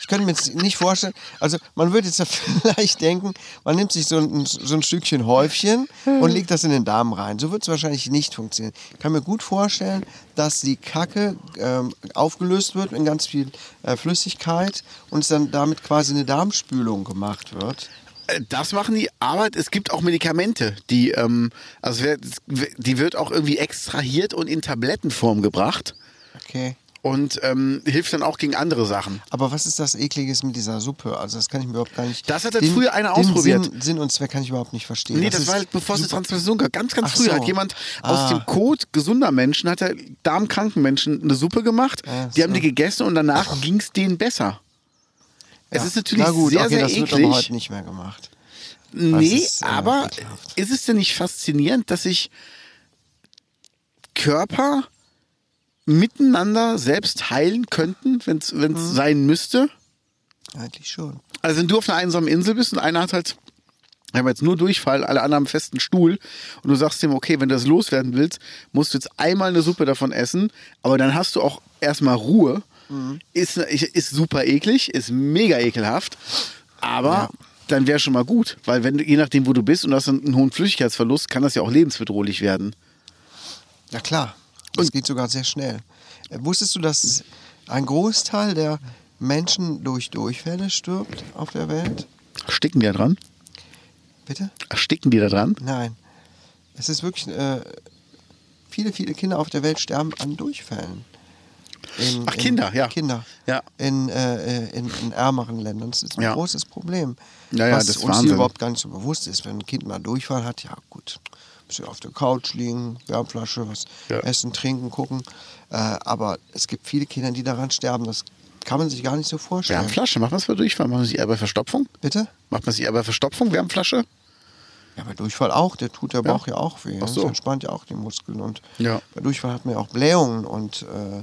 Ich könnte mir jetzt nicht vorstellen, also man würde jetzt ja vielleicht denken, man nimmt sich so ein, so ein Stückchen Häufchen und legt das in den Darm rein. So wird es wahrscheinlich nicht funktionieren. Ich kann mir gut vorstellen, dass die Kacke ähm, aufgelöst wird in ganz viel äh, Flüssigkeit und es dann damit quasi eine Darmspülung gemacht wird.
Äh, Das machen die, aber es gibt auch Medikamente, die, ähm, also wer- die wird auch irgendwie extrahiert und in Tablettenform gebracht
Okay.
und ähm, hilft dann auch gegen andere Sachen.
Aber was ist das Ekliges mit dieser Suppe? Also das kann ich mir überhaupt gar nicht...
Das hat ja
den-
früher einer
den
ausprobiert.
Sinn, Sinn und Zweck kann ich überhaupt nicht verstehen.
Nee, das,
ist
war halt bevor es eine
super-
Transmission gab. Ganz, ganz
Ach
früh
so.
hat jemand
Ah.
aus dem Kot gesunder Menschen, hat er darmkranken Menschen eine Suppe gemacht.
Ach
Die haben
so.
die gegessen und danach ging es denen besser. Es
Ja.
ist natürlich
Na gut,
sehr,
okay,
sehr
das
eklig.
wird aber heute nicht mehr gemacht.
Nee,
ist, äh,
aber
ekelhaft.
ist es denn nicht faszinierend, dass sich Körper miteinander selbst heilen könnten, wenn es
Mhm.
sein müsste?
Eigentlich schon.
Also wenn du auf einer einsamen Insel bist und einer hat halt, wir haben jetzt nur Durchfall, alle anderen haben festen Stuhl und du sagst dem, okay, wenn du das loswerden willst, musst du jetzt einmal eine Suppe davon essen, aber dann hast du auch erstmal Ruhe. Ist, ist super eklig, ist mega ekelhaft, aber dann wäre schon mal gut, weil wenn du, je nachdem, wo du bist und du hast einen hohen Flüssigkeitsverlust, kann das ja auch lebensbedrohlich werden.
Ja klar, das geht sogar sehr schnell. Äh, Wusstest du, dass ein Großteil der Menschen durch Durchfälle stirbt auf der Welt?
Ersticken die da dran?
Bitte?
Ersticken die da dran?
Nein. Es ist wirklich, äh, viele, viele Kinder auf der Welt sterben an Durchfällen. in,
Ach,
in-
Kinder, ja.
Kinder.
Ja.
In, äh, in, in ärmeren Ländern. Das ist ein
Ja.
großes Problem.
Ja, ja,
was
das ist
uns hier
Wahnsinn.
überhaupt gar nicht so bewusst ist. Wenn ein Kind mal Durchfall hat, ja gut, ein bisschen auf der Couch liegen, Wärmflasche, was
Ja.
essen, trinken, gucken. Äh, aber es gibt viele Kinder, die daran sterben. Das kann man sich gar nicht so vorstellen.
Wärmflasche, macht man es bei Durchfall? Macht man sich eher bei Verstopfung?
Bitte?
Macht man sich eher bei Verstopfung, Wärmflasche?
Ja, bei Durchfall auch, der tut der Bauch ja auch weh.
Ach so.
Das entspannt ja auch die Muskeln. Und
Ja.
bei Durchfall hat man ja auch Blähungen und äh,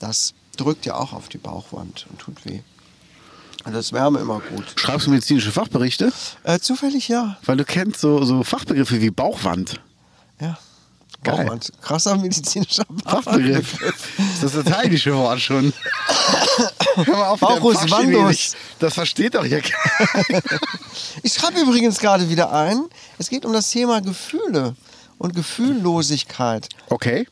das drückt ja auch auf die Bauchwand und tut weh. Und das Wärme immer gut.
Schreibst du medizinische Fachberichte?
Äh, zufällig ja.
Weil du kennst so, so Fachbegriffe wie Bauchwand.
ja.
Geil.
Bauchwand. Krasser medizinischer
Fachbegriff. Das ist das lateinische Wort schon. Hör mal auf, mit deinem
Bauchus
Fachchinesisch.
Vandus.
Das versteht doch hier keiner.
Ich schreibe übrigens gerade wieder ein. Es geht um das Thema Gefühle und Gefühllosigkeit.
Okay.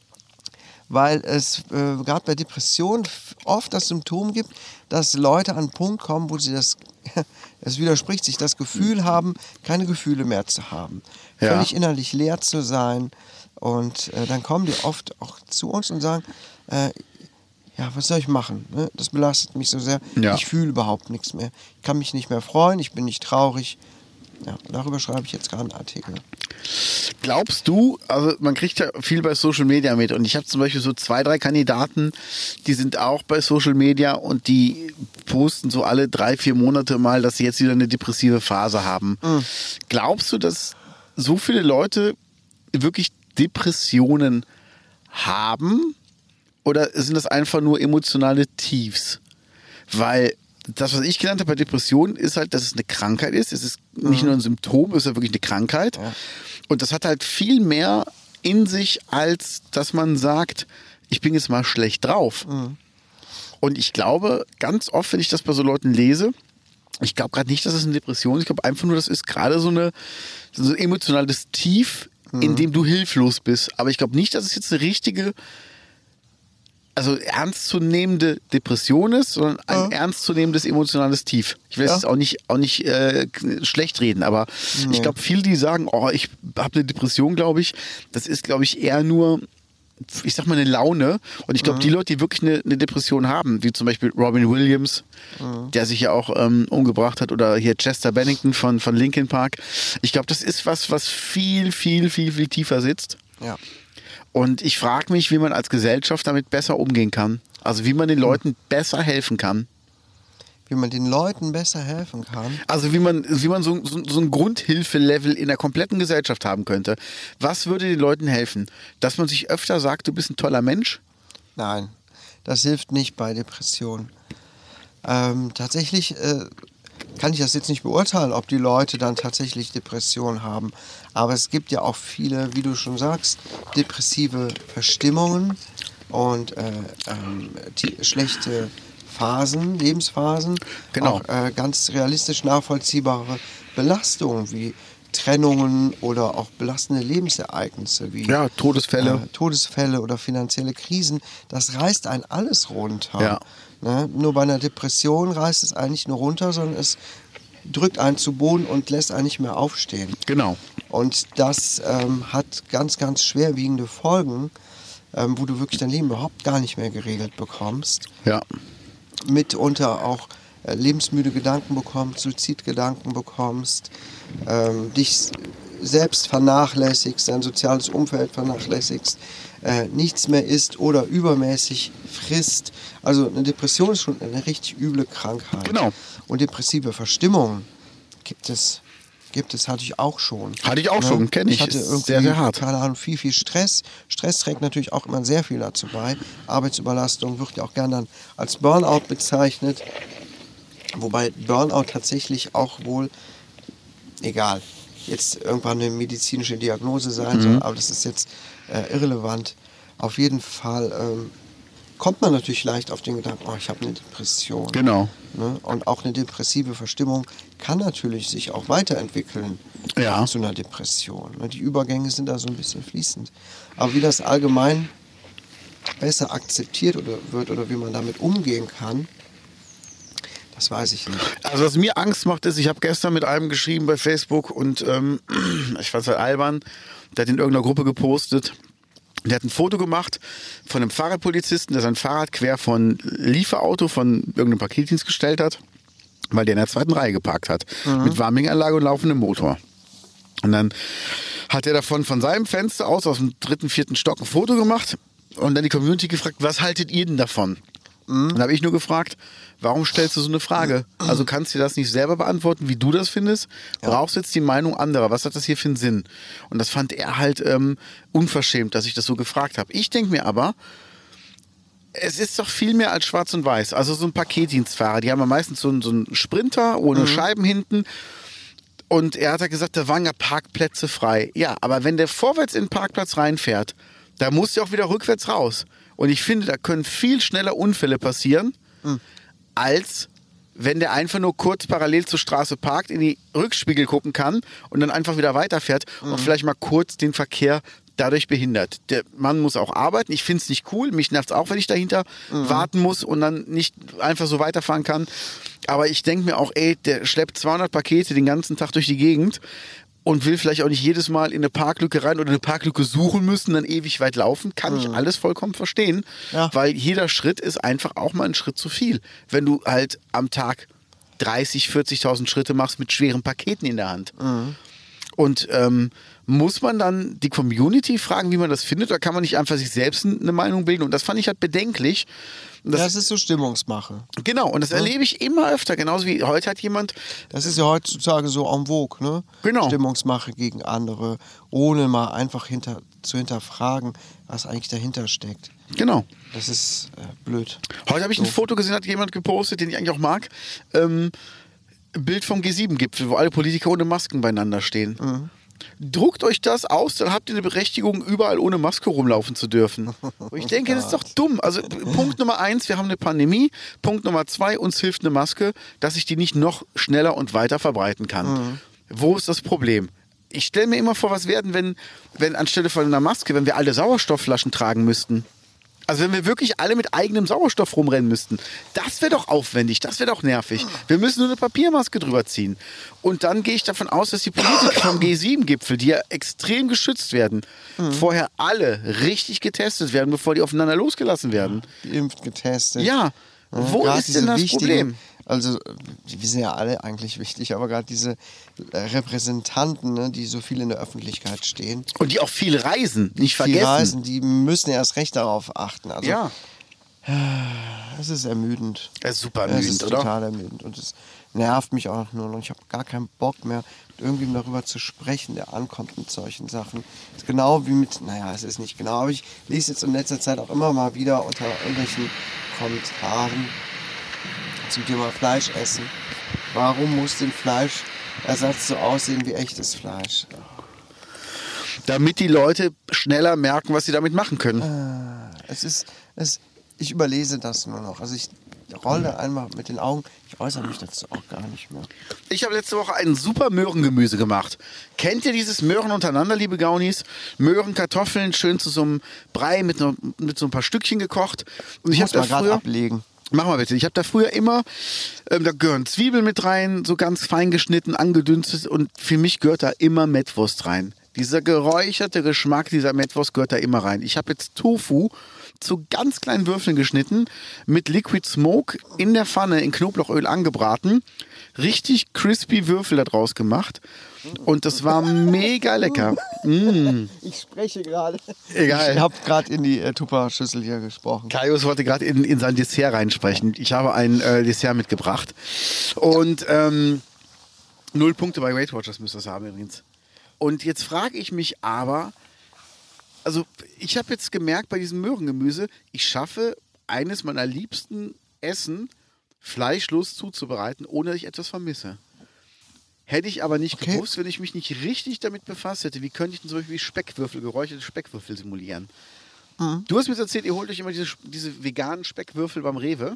weil es äh, gerade bei Depressionen f- oft das Symptom gibt, dass Leute an einen Punkt kommen, wo sie das, es widerspricht sich, das Gefühl haben, keine Gefühle mehr zu haben,
Mhm. Ja.
völlig innerlich leer zu sein. Und äh, dann kommen die oft auch zu uns und sagen, äh, ja, was soll ich machen? Ne? Das belastet mich so sehr.
Ja.
Ich fühle überhaupt nichts mehr. Ich kann mich nicht mehr freuen, ich bin nicht traurig. Ja, darüber schreibe ich jetzt gerade einen Artikel.
Glaubst du, also man kriegt ja viel bei Social Media mit und ich habe zum Beispiel so zwei, drei Kandidaten, die sind auch bei Social Media und die posten so alle drei, vier Monate mal, dass sie jetzt wieder eine depressive Phase haben. Glaubst du, dass so viele Leute wirklich Depressionen haben oder sind das einfach nur emotionale Tiefs? Weil das, was ich gelernt habe bei Depressionen, ist halt, dass es eine Krankheit ist. Es ist nicht nur ein Symptom, es ist ja wirklich eine Krankheit. Und das hat halt viel mehr in sich, als dass man sagt, ich bin jetzt mal schlecht drauf. Und ich glaube, ganz oft, wenn ich das bei so Leuten lese, ich glaube gerade nicht, dass es eine Depression ist. Ich glaube einfach nur, das ist gerade so, eine, so ein emotionales Tief, in dem du hilflos bist. Aber ich glaube nicht, dass es jetzt eine richtige, also ernstzunehmende Depression ist, sondern ein ernstzunehmendes emotionales Tief. Ich will
Ja.
jetzt auch nicht, auch nicht äh, k- schlecht reden, aber ich glaube, viele, die sagen, oh, ich habe eine Depression, glaube ich, das ist, glaube ich, eher nur ich sag mal, eine Laune. Und ich glaube, die Leute, die wirklich eine, eine Depression haben, wie zum Beispiel Robin Williams, der sich ja auch ähm, umgebracht hat, oder hier Chester Bennington von, von Linkin Park, ich glaube, das ist was, was viel, viel, viel, viel tiefer sitzt.
Ja.
Und ich frage mich, wie man als Gesellschaft damit besser umgehen kann. Also wie man den Leuten besser helfen kann.
Wie man den Leuten besser helfen kann.
Also wie man, wie man so, so, so ein Grundhilfelevel in der kompletten Gesellschaft haben könnte. Was würde den Leuten helfen? Dass man sich öfter sagt, du bist ein toller Mensch?
Nein, das hilft nicht bei Depressionen. Ähm, tatsächlich äh, kann ich das jetzt nicht beurteilen, ob die Leute dann tatsächlich Depressionen haben. Aber es gibt ja auch viele, wie du schon sagst, depressive Verstimmungen und äh, ähm, die- schlechte Phasen, Lebensphasen.
Genau.
Auch, äh, ganz realistisch nachvollziehbare Belastungen wie Trennungen oder auch belastende Lebensereignisse wie
Ja, Todesfälle.
äh, Todesfälle oder finanzielle Krisen, das reißt ein alles runter.
Ja.
Ne? Nur bei einer Depression reißt es einen nicht nur runter, sondern es drückt einen zu Boden und lässt einen nicht mehr aufstehen.
Genau.
Und das ähm, hat ganz, ganz schwerwiegende Folgen, ähm, wo du wirklich dein Leben überhaupt gar nicht mehr geregelt bekommst
Ja.
mitunter auch äh, lebensmüde Gedanken bekommst, Suizidgedanken bekommst, ähm, dich s- selbst vernachlässigst, dein soziales Umfeld vernachlässigst, äh, nichts mehr isst oder übermäßig frisst. Also eine Depression ist schon eine richtig üble Krankheit.
Genau.
Und depressive Verstimmungen gibt es, gibt es, hatte ich auch schon.
Hatte ich auch schon, kenn ich.
Ne? Ich hatte
Ist
irgendwie,
sehr, sehr hart.
keine Ahnung, viel, viel Stress. Stress trägt natürlich auch immer sehr viel dazu bei. Arbeitsüberlastung wird ja auch gern dann als Burnout bezeichnet. Wobei Burnout tatsächlich auch wohl, egal, jetzt irgendwann eine medizinische Diagnose sein
Mhm.
soll, aber das ist jetzt äh, irrelevant. Auf jeden Fall ähm, kommt man natürlich leicht auf den Gedanken, oh, ich habe eine Depression.
Genau.
Ne? Und auch eine depressive Verstimmung kann natürlich sich auch weiterentwickeln
Ja.
zu einer Depression. Ne? Die Übergänge sind da so ein bisschen fließend. Aber wie das allgemein besser akzeptiert oder wird oder wie man damit umgehen kann, das weiß ich nicht.
Also was mir Angst macht, ist, ich habe gestern mit einem geschrieben bei Facebook und ähm, ich fand es halt albern, der hat in irgendeiner Gruppe gepostet, Der hat ein Foto gemacht von einem Fahrradpolizisten, der sein Fahrrad quer von Lieferauto von irgendeinem Paketdienst gestellt hat, weil der in der zweiten Reihe geparkt hat. Mit Warming-Anlage und laufendem Motor. Und dann hat er davon von seinem Fenster aus, aus dem dritten, vierten Stock, ein Foto gemacht und dann die Community gefragt, was haltet ihr denn davon? Und dann habe ich nur gefragt, warum stellst du so eine Frage? Also kannst du das nicht selber beantworten, wie du das findest? Brauchst jetzt die Meinung anderer? Was hat das hier für einen Sinn? Und das fand er halt ähm, unverschämt, dass ich das so gefragt habe. Ich denke mir aber, es ist doch viel mehr als schwarz und weiß. Also so ein Paketdienstfahrer, die haben ja meistens so einen, so einen Sprinter ohne Scheiben hinten. Und er hat ja gesagt, da waren ja Parkplätze frei. Ja, aber wenn der vorwärts in den Parkplatz reinfährt, da muss der auch wieder rückwärts raus. Und ich finde, da können viel schneller Unfälle passieren, als wenn der einfach nur kurz parallel zur Straße parkt, in die Rückspiegel gucken kann und dann einfach wieder weiterfährt und vielleicht mal kurz den Verkehr dadurch behindert. Der Mann muss auch arbeiten. Ich finde es nicht cool. Mich nervt es auch, wenn ich dahinter warten muss und dann nicht einfach so weiterfahren kann. Aber ich denke mir auch, ey, der schleppt 200 Pakete den ganzen Tag durch die Gegend und will vielleicht auch nicht jedes Mal in eine Parklücke rein oder eine Parklücke suchen müssen, dann ewig weit laufen. Kann ich alles vollkommen verstehen,
Ja.
weil jeder Schritt ist einfach auch mal ein Schritt zu viel. Wenn du halt am Tag 30, 40.000 Schritte machst mit schweren Paketen in der Hand. Und ähm, muss man dann die Community fragen, wie man das findet, oder kann man nicht einfach sich selbst eine Meinung bilden? Und das fand ich halt bedenklich. Und Das,
Das ist so Stimmungsmache.
genau, und das erlebe ich immer öfter. Genauso wie heute hat jemand,
Das ist ja heutzutage so en vogue, ne?
Genau.
Stimmungsmache gegen andere, ohne mal einfach hinter, zu hinterfragen, was eigentlich dahinter steckt.
genau,
Das ist äh, blöd.
Heute habe ich ein Foto gesehen, hat jemand gepostet, den ich eigentlich auch mag. Ähm, ein Bild vom G7-Gipfel, wo alle Politiker ohne Masken beieinander stehen. Druckt euch das aus, dann habt ihr eine Berechtigung, überall ohne Maske rumlaufen zu dürfen. Und ich denke, das ist doch dumm. Also p- Punkt Nummer eins, wir haben eine Pandemie. Punkt Nummer zwei, uns hilft eine Maske, dass ich die nicht noch schneller und weiter verbreiten kann. Wo ist das Problem? Ich stelle mir immer vor, was werden, wenn, wenn anstelle von einer Maske, wenn wir alle Sauerstoffflaschen tragen müssten. Also wenn wir wirklich alle mit eigenem Sauerstoff rumrennen müssten, das wäre doch aufwendig, das wäre doch nervig. Wir müssen nur eine Papiermaske drüber ziehen. Und dann gehe ich davon aus, dass die Politiker vom G7-Gipfel, die ja extrem geschützt werden,
Mhm.
vorher alle richtig getestet werden, bevor die aufeinander losgelassen werden.
Geimpft, getestet.
Ja, wo
Gerade
ist denn
diese
das
wichtigen-
Problem?
Also, äh, wir sind ja alle eigentlich wichtig, aber gerade diese äh, Repräsentanten, ne, die so viel in der Öffentlichkeit stehen,
Und die auch viel reisen, nicht
die
vergessen.
reisen, die müssen erst recht darauf achten. Also,
Ja,
es ist ermüdend.
das ist super
es ist
müde, oder?
total ermüdend und es nervt mich auch nur noch. Ich habe gar keinen Bock mehr, mit irgendwem darüber zu sprechen, der ankommt mit solchen Sachen. Ist genau wie mit, naja, es ist nicht genau, aber ich lese jetzt in letzter Zeit auch immer mal wieder unter irgendwelchen Kommentaren zum Thema Fleisch essen. Warum muss denn Fleischersatz so aussehen wie echtes Fleisch?
Damit die Leute schneller merken, was sie damit machen können.
Äh, Es ist, es, ich überlese das nur noch. Also ich rolle einmal mit den Augen. Ich äußere mich dazu auch gar nicht mehr.
Ich habe letzte Woche ein super Möhrengemüse gemacht. Kennt ihr dieses Möhren untereinander, liebe Gaunis? Möhren, Kartoffeln, schön zu so einem Brei mit, no, mit so ein paar Stückchen gekocht. Und ich
Muss
habe da
man gerade
früher...
ablegen.
Mach mal bitte. Ich habe da früher immer, ähm, da gehören Zwiebeln mit rein, so ganz fein geschnitten, angedünstet und für mich gehört da immer Mettwurst rein. Dieser geräucherte Geschmack dieser Mettwurst gehört da immer rein. Ich habe jetzt Tofu zu ganz kleinen Würfeln geschnitten, mit Liquid Smoke in der Pfanne in Knoblauchöl angebraten, richtig crispy Würfel da draus gemacht und das war mega lecker. Mm.
Ich spreche gerade.
Egal.
Ich habe gerade in die äh, Tupper-Schüssel hier gesprochen.
Kaius wollte gerade in, in sein Dessert reinsprechen. Ich habe ein äh, Dessert mitgebracht. Und ähm, null Punkte bei Weight Watchers müsst ihr das haben übrigens. Und jetzt frage ich mich aber, also ich habe jetzt gemerkt bei diesem Möhrengemüse, ich schaffe eines meiner liebsten Essen fleischlos zuzubereiten, ohne dass ich etwas vermisse. Hätte ich aber nicht
Okay.
gewusst, wenn ich mich nicht richtig damit befasst hätte, wie könnte ich denn zum Beispiel Speckwürfel, geräucherte Speckwürfel simulieren? Du hast mir jetzt erzählt, ihr holt euch immer diese, diese veganen Speckwürfel beim Rewe.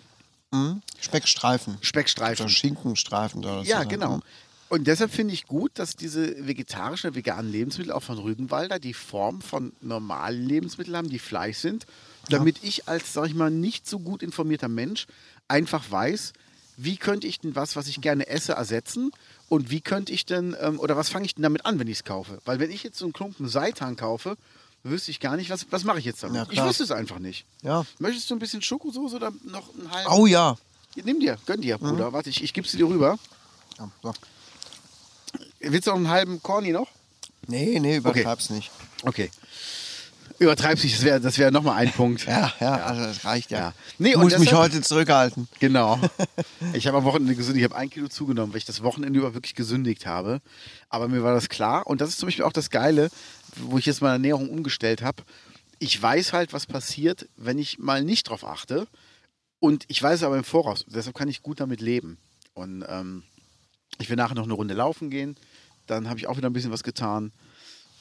Mhm. Speckstreifen.
Speckstreifen.
Oder Schinkenstreifen. Oder so.
Ja, genau. Und deshalb finde ich gut, dass diese vegetarischen, und veganen Lebensmittel auch von Rügenwalder die Form von normalen Lebensmitteln haben, die Fleisch sind, damit ich als, sag ich mal, nicht so gut informierter Mensch einfach weiß, wie könnte ich denn was, was ich gerne esse, ersetzen und wie könnte ich denn, ähm, oder was fange ich denn damit an, wenn ich es kaufe? Weil wenn ich jetzt so einen Klumpen Seitan kaufe, wüsste ich gar nicht, was, was mache ich jetzt damit.
Ja,
ich
klar.
wüsste es einfach nicht.
Ja.
Möchtest du ein bisschen Schokosoße oder noch einen halben?
Oh ja.
Nimm dir, gönn dir,
Mhm.
Bruder. Warte, ich, ich gebe sie dir rüber.
ja so.
Willst du noch einen halben Corny noch?
Nee, nee, übertreib's nicht.
Okay. Übertreib's nicht, das wäre das wär nochmal ein Punkt.
Ja, ja, also das reicht ja.
Ja. Nee,
Nee,
und
Muss mich
deshalb-
heute zurückhalten.
Genau. Ich habe am Wochenende gesündigt. Ich habe ein Kilo zugenommen, weil ich das Wochenende über wirklich gesündigt habe. Aber mir war das klar. Und das ist zum Beispiel auch das Geile, wo ich jetzt meine Ernährung umgestellt habe. Ich weiß halt, was passiert, wenn ich mal nicht drauf achte. Und ich weiß aber im Voraus. Deshalb kann ich gut damit leben. Und ähm, ich will nachher noch eine Runde laufen gehen. Dann habe ich auch wieder ein bisschen was getan.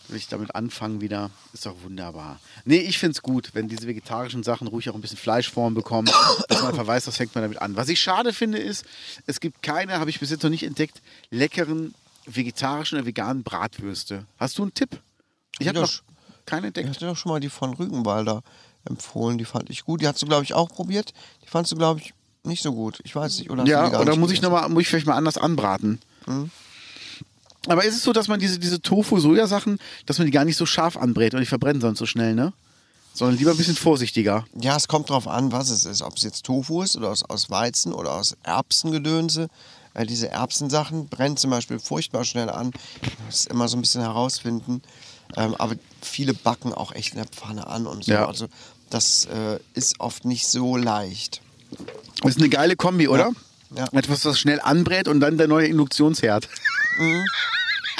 Will ich damit anfangen wieder? Ist doch wunderbar. Nee, ich finde es gut, wenn diese vegetarischen Sachen ruhig auch ein bisschen Fleischform bekommen, dass man einfach weiß, was fängt man damit an. Was ich schade finde, ist, es gibt keine, habe ich bis jetzt noch nicht entdeckt, leckeren vegetarischen oder veganen Bratwürste. Hast du einen Tipp? Ich habe
Ja,
noch
sch-
keinen
Ich
entdeckt.
hatte doch schon mal die von Rügenwalder empfohlen, die fand ich gut. Die hast du, glaube ich, auch probiert. Die fandst du, glaube ich, nicht so gut. Ich weiß nicht. Oder hast du die
Ja,
gar
oder
nicht Hm.
muss ich,
gegessen?
noch mal, muss ich vielleicht mal anders anbraten? Aber ist es so, dass man diese, diese Tofu-Soja-Sachen, dass man die gar nicht so scharf anbrät und die verbrennen sonst so schnell, ne? Sondern lieber ein bisschen vorsichtiger.
Ja, es kommt drauf an, was es ist. Ob es jetzt Tofu ist oder aus, aus Weizen oder aus Erbsengedönse. Äh, diese Erbsensachen brennen zum Beispiel furchtbar schnell an. Das ist immer so ein bisschen herausfinden. Ähm, aber viele backen auch echt in der Pfanne an und so.
Ja.
Also das äh, ist oft nicht so leicht.
Das ist eine geile Kombi, oder?
Ja.
Etwas, was schnell anbrät und dann der neue Induktionsherd.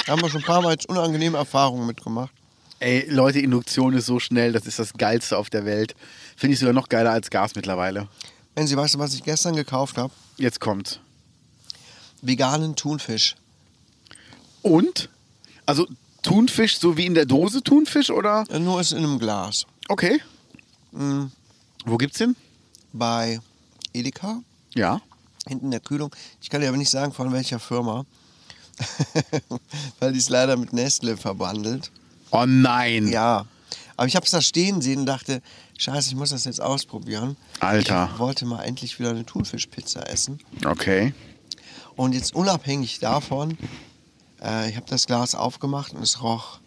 Da haben wir schon ein paar Mal jetzt unangenehme Erfahrungen mitgemacht.
Ey, Leute, Induktion ist so schnell, das ist das Geilste auf der Welt. Finde ich sogar noch geiler als Gas mittlerweile.
Wenn Sie weißt du, was ich gestern gekauft habe?
Jetzt kommt's.
Veganen Thunfisch.
Und? Also Thunfisch, so wie in der Dose Thunfisch, oder?
Äh, Nur ist in einem Glas.
Okay.
Hm.
Wo gibt's den?
Bei Edeka
Ja.
hinten in der Kühlung. Ich kann dir aber nicht sagen, von welcher Firma. Weil die ist leider mit Nestle verbandelt.
Oh nein.
Ja. Aber ich habe es da stehen sehen und dachte, scheiße, ich muss das jetzt ausprobieren.
Alter.
Ich wollte mal endlich wieder eine Thunfischpizza essen.
Okay.
Und jetzt unabhängig davon, äh, ich habe das Glas aufgemacht und es roch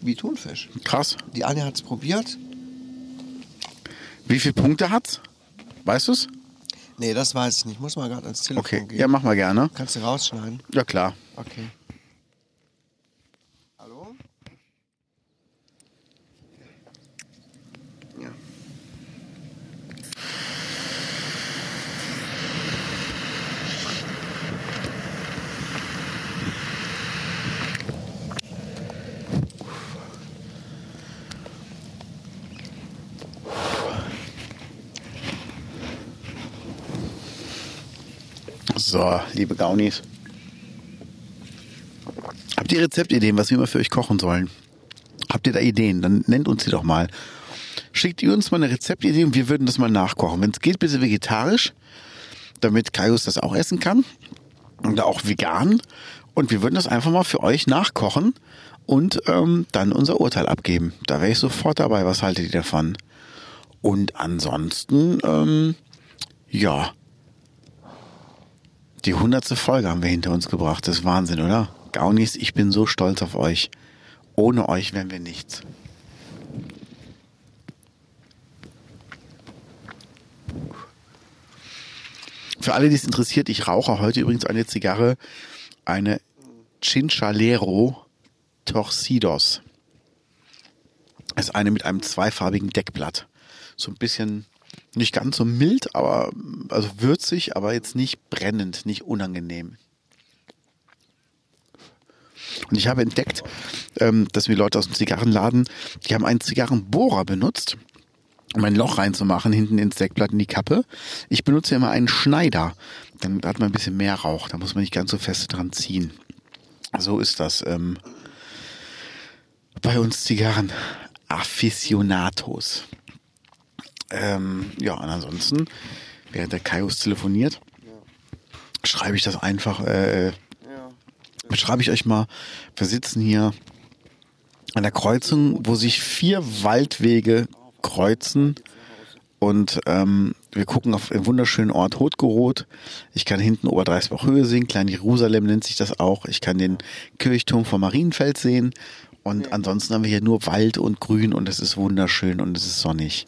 wie Thunfisch.
Krass.
Die Anja hat es probiert.
Wie viele Punkte hat's? Weißt du's?
Nee, das weiß ich nicht. Muss mal gerade ans Telefon
Okay.
gehen.
Ja, mach mal gerne.
Kannst du rausschneiden?
Ja, klar.
Okay. Hallo? Ja.
So, liebe Gaunis. Habt ihr Rezeptideen, was wir mal für euch kochen sollen? Habt ihr da Ideen? Dann nennt uns die doch mal. Schickt ihr uns mal eine Rezeptidee und wir würden das mal nachkochen. Wenn es geht, bitte vegetarisch, damit Kaius das auch essen kann. Und auch vegan. Und wir würden das einfach mal für euch nachkochen und ähm, dann unser Urteil abgeben. Da wäre ich sofort dabei. Was haltet ihr davon? Und ansonsten, ähm, ja, die hundertste Folge haben wir hinter uns gebracht. Das ist Wahnsinn, oder? Gaunis, ich bin so stolz auf euch. Ohne euch wären wir nichts. Für alle, die es interessiert, ich rauche heute übrigens eine Zigarre, eine Cinchalero Torcidos. Das ist eine mit einem zweifarbigen Deckblatt. So ein bisschen, nicht ganz so mild, aber also würzig, aber jetzt nicht brennend, nicht unangenehm. Und ich habe entdeckt, ähm, dass mir Leute aus dem Zigarrenladen, die haben einen Zigarrenbohrer benutzt, um ein Loch reinzumachen, hinten ins Deckblatt in die Kappe. Ich benutze immer einen Schneider. Dann hat man ein bisschen mehr Rauch, da muss man nicht ganz so fest dran ziehen. So ist das. Ähm, bei uns Zigarren Aficionados. Ähm, ja, und ansonsten, während der Kaius telefoniert, schreibe ich das einfach, äh, beschreibe ich euch mal, wir sitzen hier an der Kreuzung, wo sich vier Waldwege kreuzen und ähm, wir gucken auf den wunderschönen Ort Hotgerot. Ich kann hinten Oberdreisbach Höhe sehen, Klein Jerusalem nennt sich das auch. Ich kann den Kirchturm von Marienfeld sehen Und ansonsten haben wir hier nur Wald und Grün und es ist wunderschön und es ist sonnig.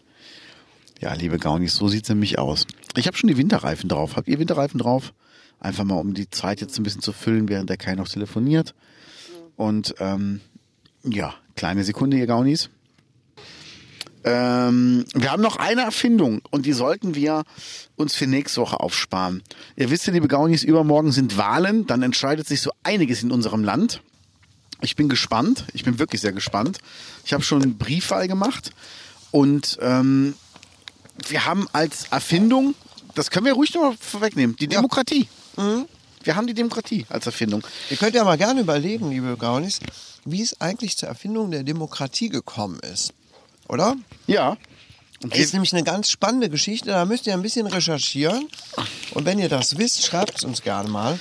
Ja, liebe Gaunis, so sieht es nämlich aus. Ich habe schon die Winterreifen drauf. Habt ihr Winterreifen drauf? Einfach mal, um die Zeit jetzt ein bisschen zu füllen, während der Kai noch telefoniert. Und ähm, ja, kleine Sekunde, ihr Gaunis. Ähm, wir haben noch eine Erfindung und die sollten wir uns für nächste Woche aufsparen. Ihr wisst ja, liebe Gaunis, übermorgen sind Wahlen, dann entscheidet sich so einiges in unserem Land. Ich bin gespannt, ich bin wirklich sehr gespannt. Ich habe schon einen Briefwahl gemacht und ähm, wir haben als Erfindung, das können wir ruhig noch vorwegnehmen, die Demokratie. Wir haben die Demokratie als Erfindung.
Ihr könnt ja mal gerne überlegen, liebe Gaunis, wie es eigentlich zur Erfindung der Demokratie gekommen ist. Oder?
Ja. Und wir-
Ist nämlich eine ganz spannende Geschichte, da müsst ihr ein bisschen recherchieren. Und wenn ihr das wisst, schreibt es uns gerne mal.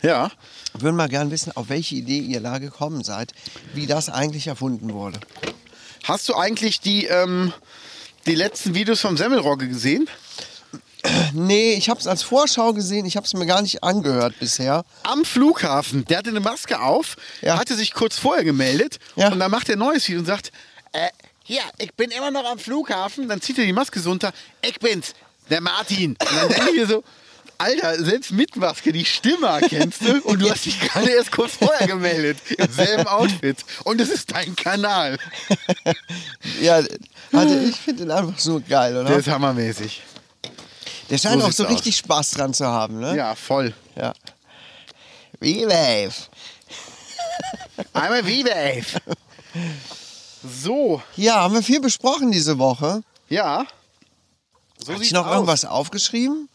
ja.
Würden mal gerne wissen, auf welche Idee ihr da gekommen seid, wie das eigentlich erfunden wurde.
Hast du eigentlich die, ähm, die letzten Videos vom Semmelrogge gesehen?
Nee, ich habe es als Vorschau gesehen, ich habe es mir gar nicht angehört bisher.
Am Flughafen, der hatte eine Maske auf,
Ja.
hatte sich kurz vorher gemeldet
Ja.
und dann macht er ein neues Video und sagt, äh, hier, ich bin immer noch am Flughafen, dann zieht er die Maske so runter, ich bin's, der Martin. Und dann denke ich mir so, Alter, selbst mit Maske, die Stimme erkennst du und du hast dich gerade erst kurz vorher gemeldet, im selben Outfit. Und es ist dein Kanal.
Ja, also ich finde ihn einfach so geil,
Der
oder?
ist hammermäßig.
Der scheint
so
auch so
sieht's aus.
richtig Spaß dran zu haben, ne?
Ja, voll.
ja. V-Wave.
Einmal wieder, ey. So,
Ja, haben wir viel besprochen diese Woche.
ja. So
Hat
sieht's
ich noch
aus.
irgendwas aufgeschrieben?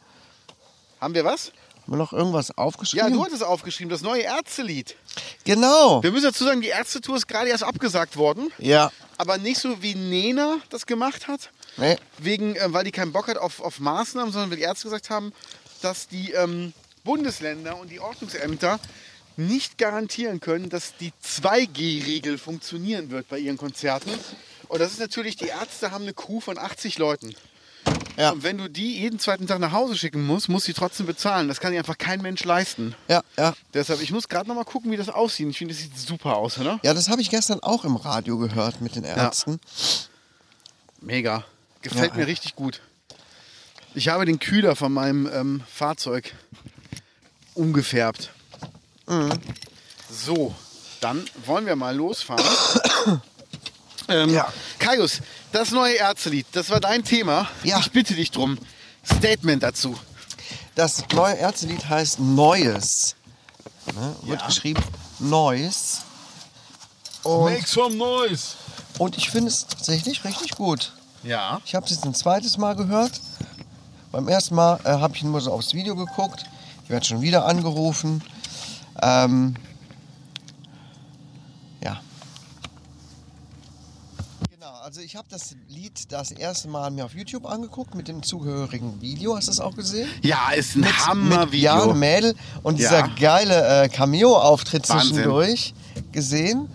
Haben wir was?
Haben wir noch irgendwas
Ja,
aufgeschrieben?
du hattest aufgeschrieben, das neue Ärztelied.
Genau.
Wir müssen dazu sagen, die Ärztetour ist gerade erst abgesagt worden.
Ja.
Aber nicht so wie Nena das gemacht hat,
Nee.
wegen, äh, weil die keinen Bock hat auf, auf Maßnahmen, sondern weil die Ärzte gesagt haben, dass die ähm, Bundesländer und die Ordnungsämter nicht garantieren können, dass die 2G-Regel funktionieren wird bei ihren Konzerten. Und das ist natürlich, die Ärzte haben eine Crew von 80 Leuten.
Ja.
Und wenn du die jeden zweiten Tag nach Hause schicken musst, musst du die trotzdem bezahlen. Das kann dir einfach kein Mensch leisten.
Ja, ja.
Deshalb, ich muss gerade noch mal gucken, wie das aussieht. Ich finde, das sieht super aus, oder?
Ja, das habe ich gestern auch im Radio gehört mit den Ärzten.
Mega. Gefällt
Ja.
mir richtig gut. Ich habe den Kühler von meinem ähm, Fahrzeug umgefärbt. Mhm. So, dann wollen wir mal losfahren. ähm,
Ja.
Kaius, das neue Ärztelied, das war dein Thema.
Ja.
Ich bitte dich drum. Statement dazu.
Das neue Ärztelied heißt Neues. Ne? Wird
Ja.
geschrieben Neues. Und,
some noise.
und ich finde es tatsächlich richtig gut.
Ja.
Ich habe es jetzt ein zweites Mal gehört. Beim ersten Mal äh, habe ich nur so aufs Video geguckt. Ich werde schon wieder angerufen. Ähm, ja. Genau, also ich habe das Lied das erste Mal mir auf YouTube angeguckt mit dem zugehörigen Video. Hast du es auch gesehen?
Ja, ist ein
mit
Hammer-Video.
Jan Mädel und
Ja.
dieser geile äh, Cameo-Auftritt
Wahnsinn.
zwischendurch gesehen,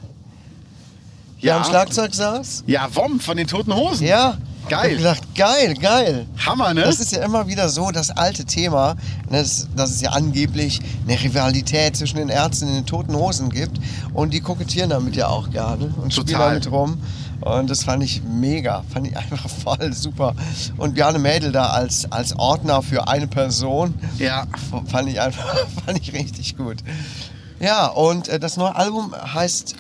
der am
ja.
Schlagzeug saß.
ja, Wom von den Toten Hosen.
Ja,
Geil.
Ich hab gedacht, geil, geil.
Hammer, ne?
Das ist ja immer wieder so das alte Thema, ne, dass, dass es ja angeblich eine Rivalität zwischen den Ärzten und den toten Hosen gibt. Und die kokettieren damit ja auch gerne und spielen
Total.
damit rum. Und das fand ich mega, fand ich einfach voll super. Und Bjarne Mädel da als, als Ordner für eine Person,
Ja.
fand ich einfach fand ich richtig gut. Ja, und äh, das neue Album heißt,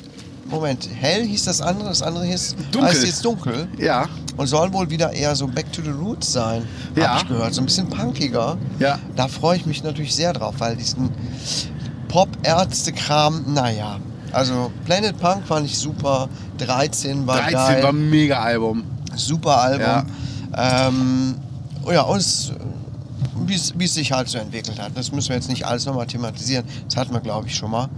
Moment, hell hieß das andere, das andere hieß
Dunkel.
Heißt jetzt dunkel.
Ja.
Und soll wohl wieder eher so Back to the Roots sein,
Ja.
habe ich gehört. So ein bisschen punkiger.
Ja.
Da freue ich mich natürlich sehr drauf, weil diesen Pop-Ärzte-Kram, naja. Also Planet Punk fand ich super. 13 war
13
geil.
war ein Mega-Album.
super Album. Ja, ähm, oh ja und es, wie es wie es sich halt so entwickelt hat. Das müssen wir jetzt nicht alles nochmal thematisieren. Das hatten wir, glaube ich, schon mal.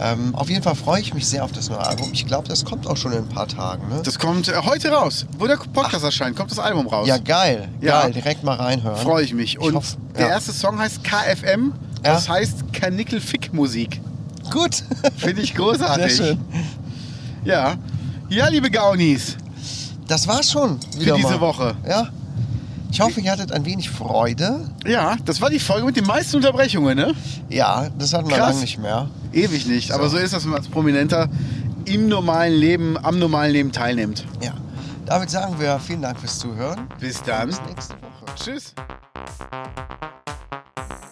Ähm, auf jeden Fall freue ich mich sehr auf das neue Album. Ich glaube, das kommt auch schon in ein paar Tagen. Ne?
Das kommt äh, heute raus. Wo der Podcast erscheint, kommt das Album raus.
Ja, geil.
Ja.
Geil. Direkt mal reinhören.
Freue ich mich. Und
hoffe,
der
ja.
erste Song heißt KFM. Das
Ja.
heißt Kanickel-Fick-Musik.
Gut.
Finde ich großartig.
Sehr schön.
Ja. Ja, liebe Gaunis.
Das war's schon.
Für
wieder
diese
mal.
Woche.
Ja. Ich hoffe, ihr hattet ein wenig Freude.
Ja, das war die Folge mit den meisten Unterbrechungen, ne?
Ja, das hatten wir
Krass.
lange nicht mehr.
Ewig nicht. Aber so ist das, wenn man als Prominenter im normalen Leben, am normalen Leben teilnimmt.
Ja. Damit sagen wir vielen Dank fürs Zuhören.
Bis dann.
Bis nächste Woche.
Tschüss.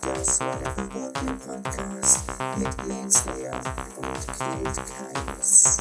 Der Swagger Podcast mit Jens Lehr und Knut Keines.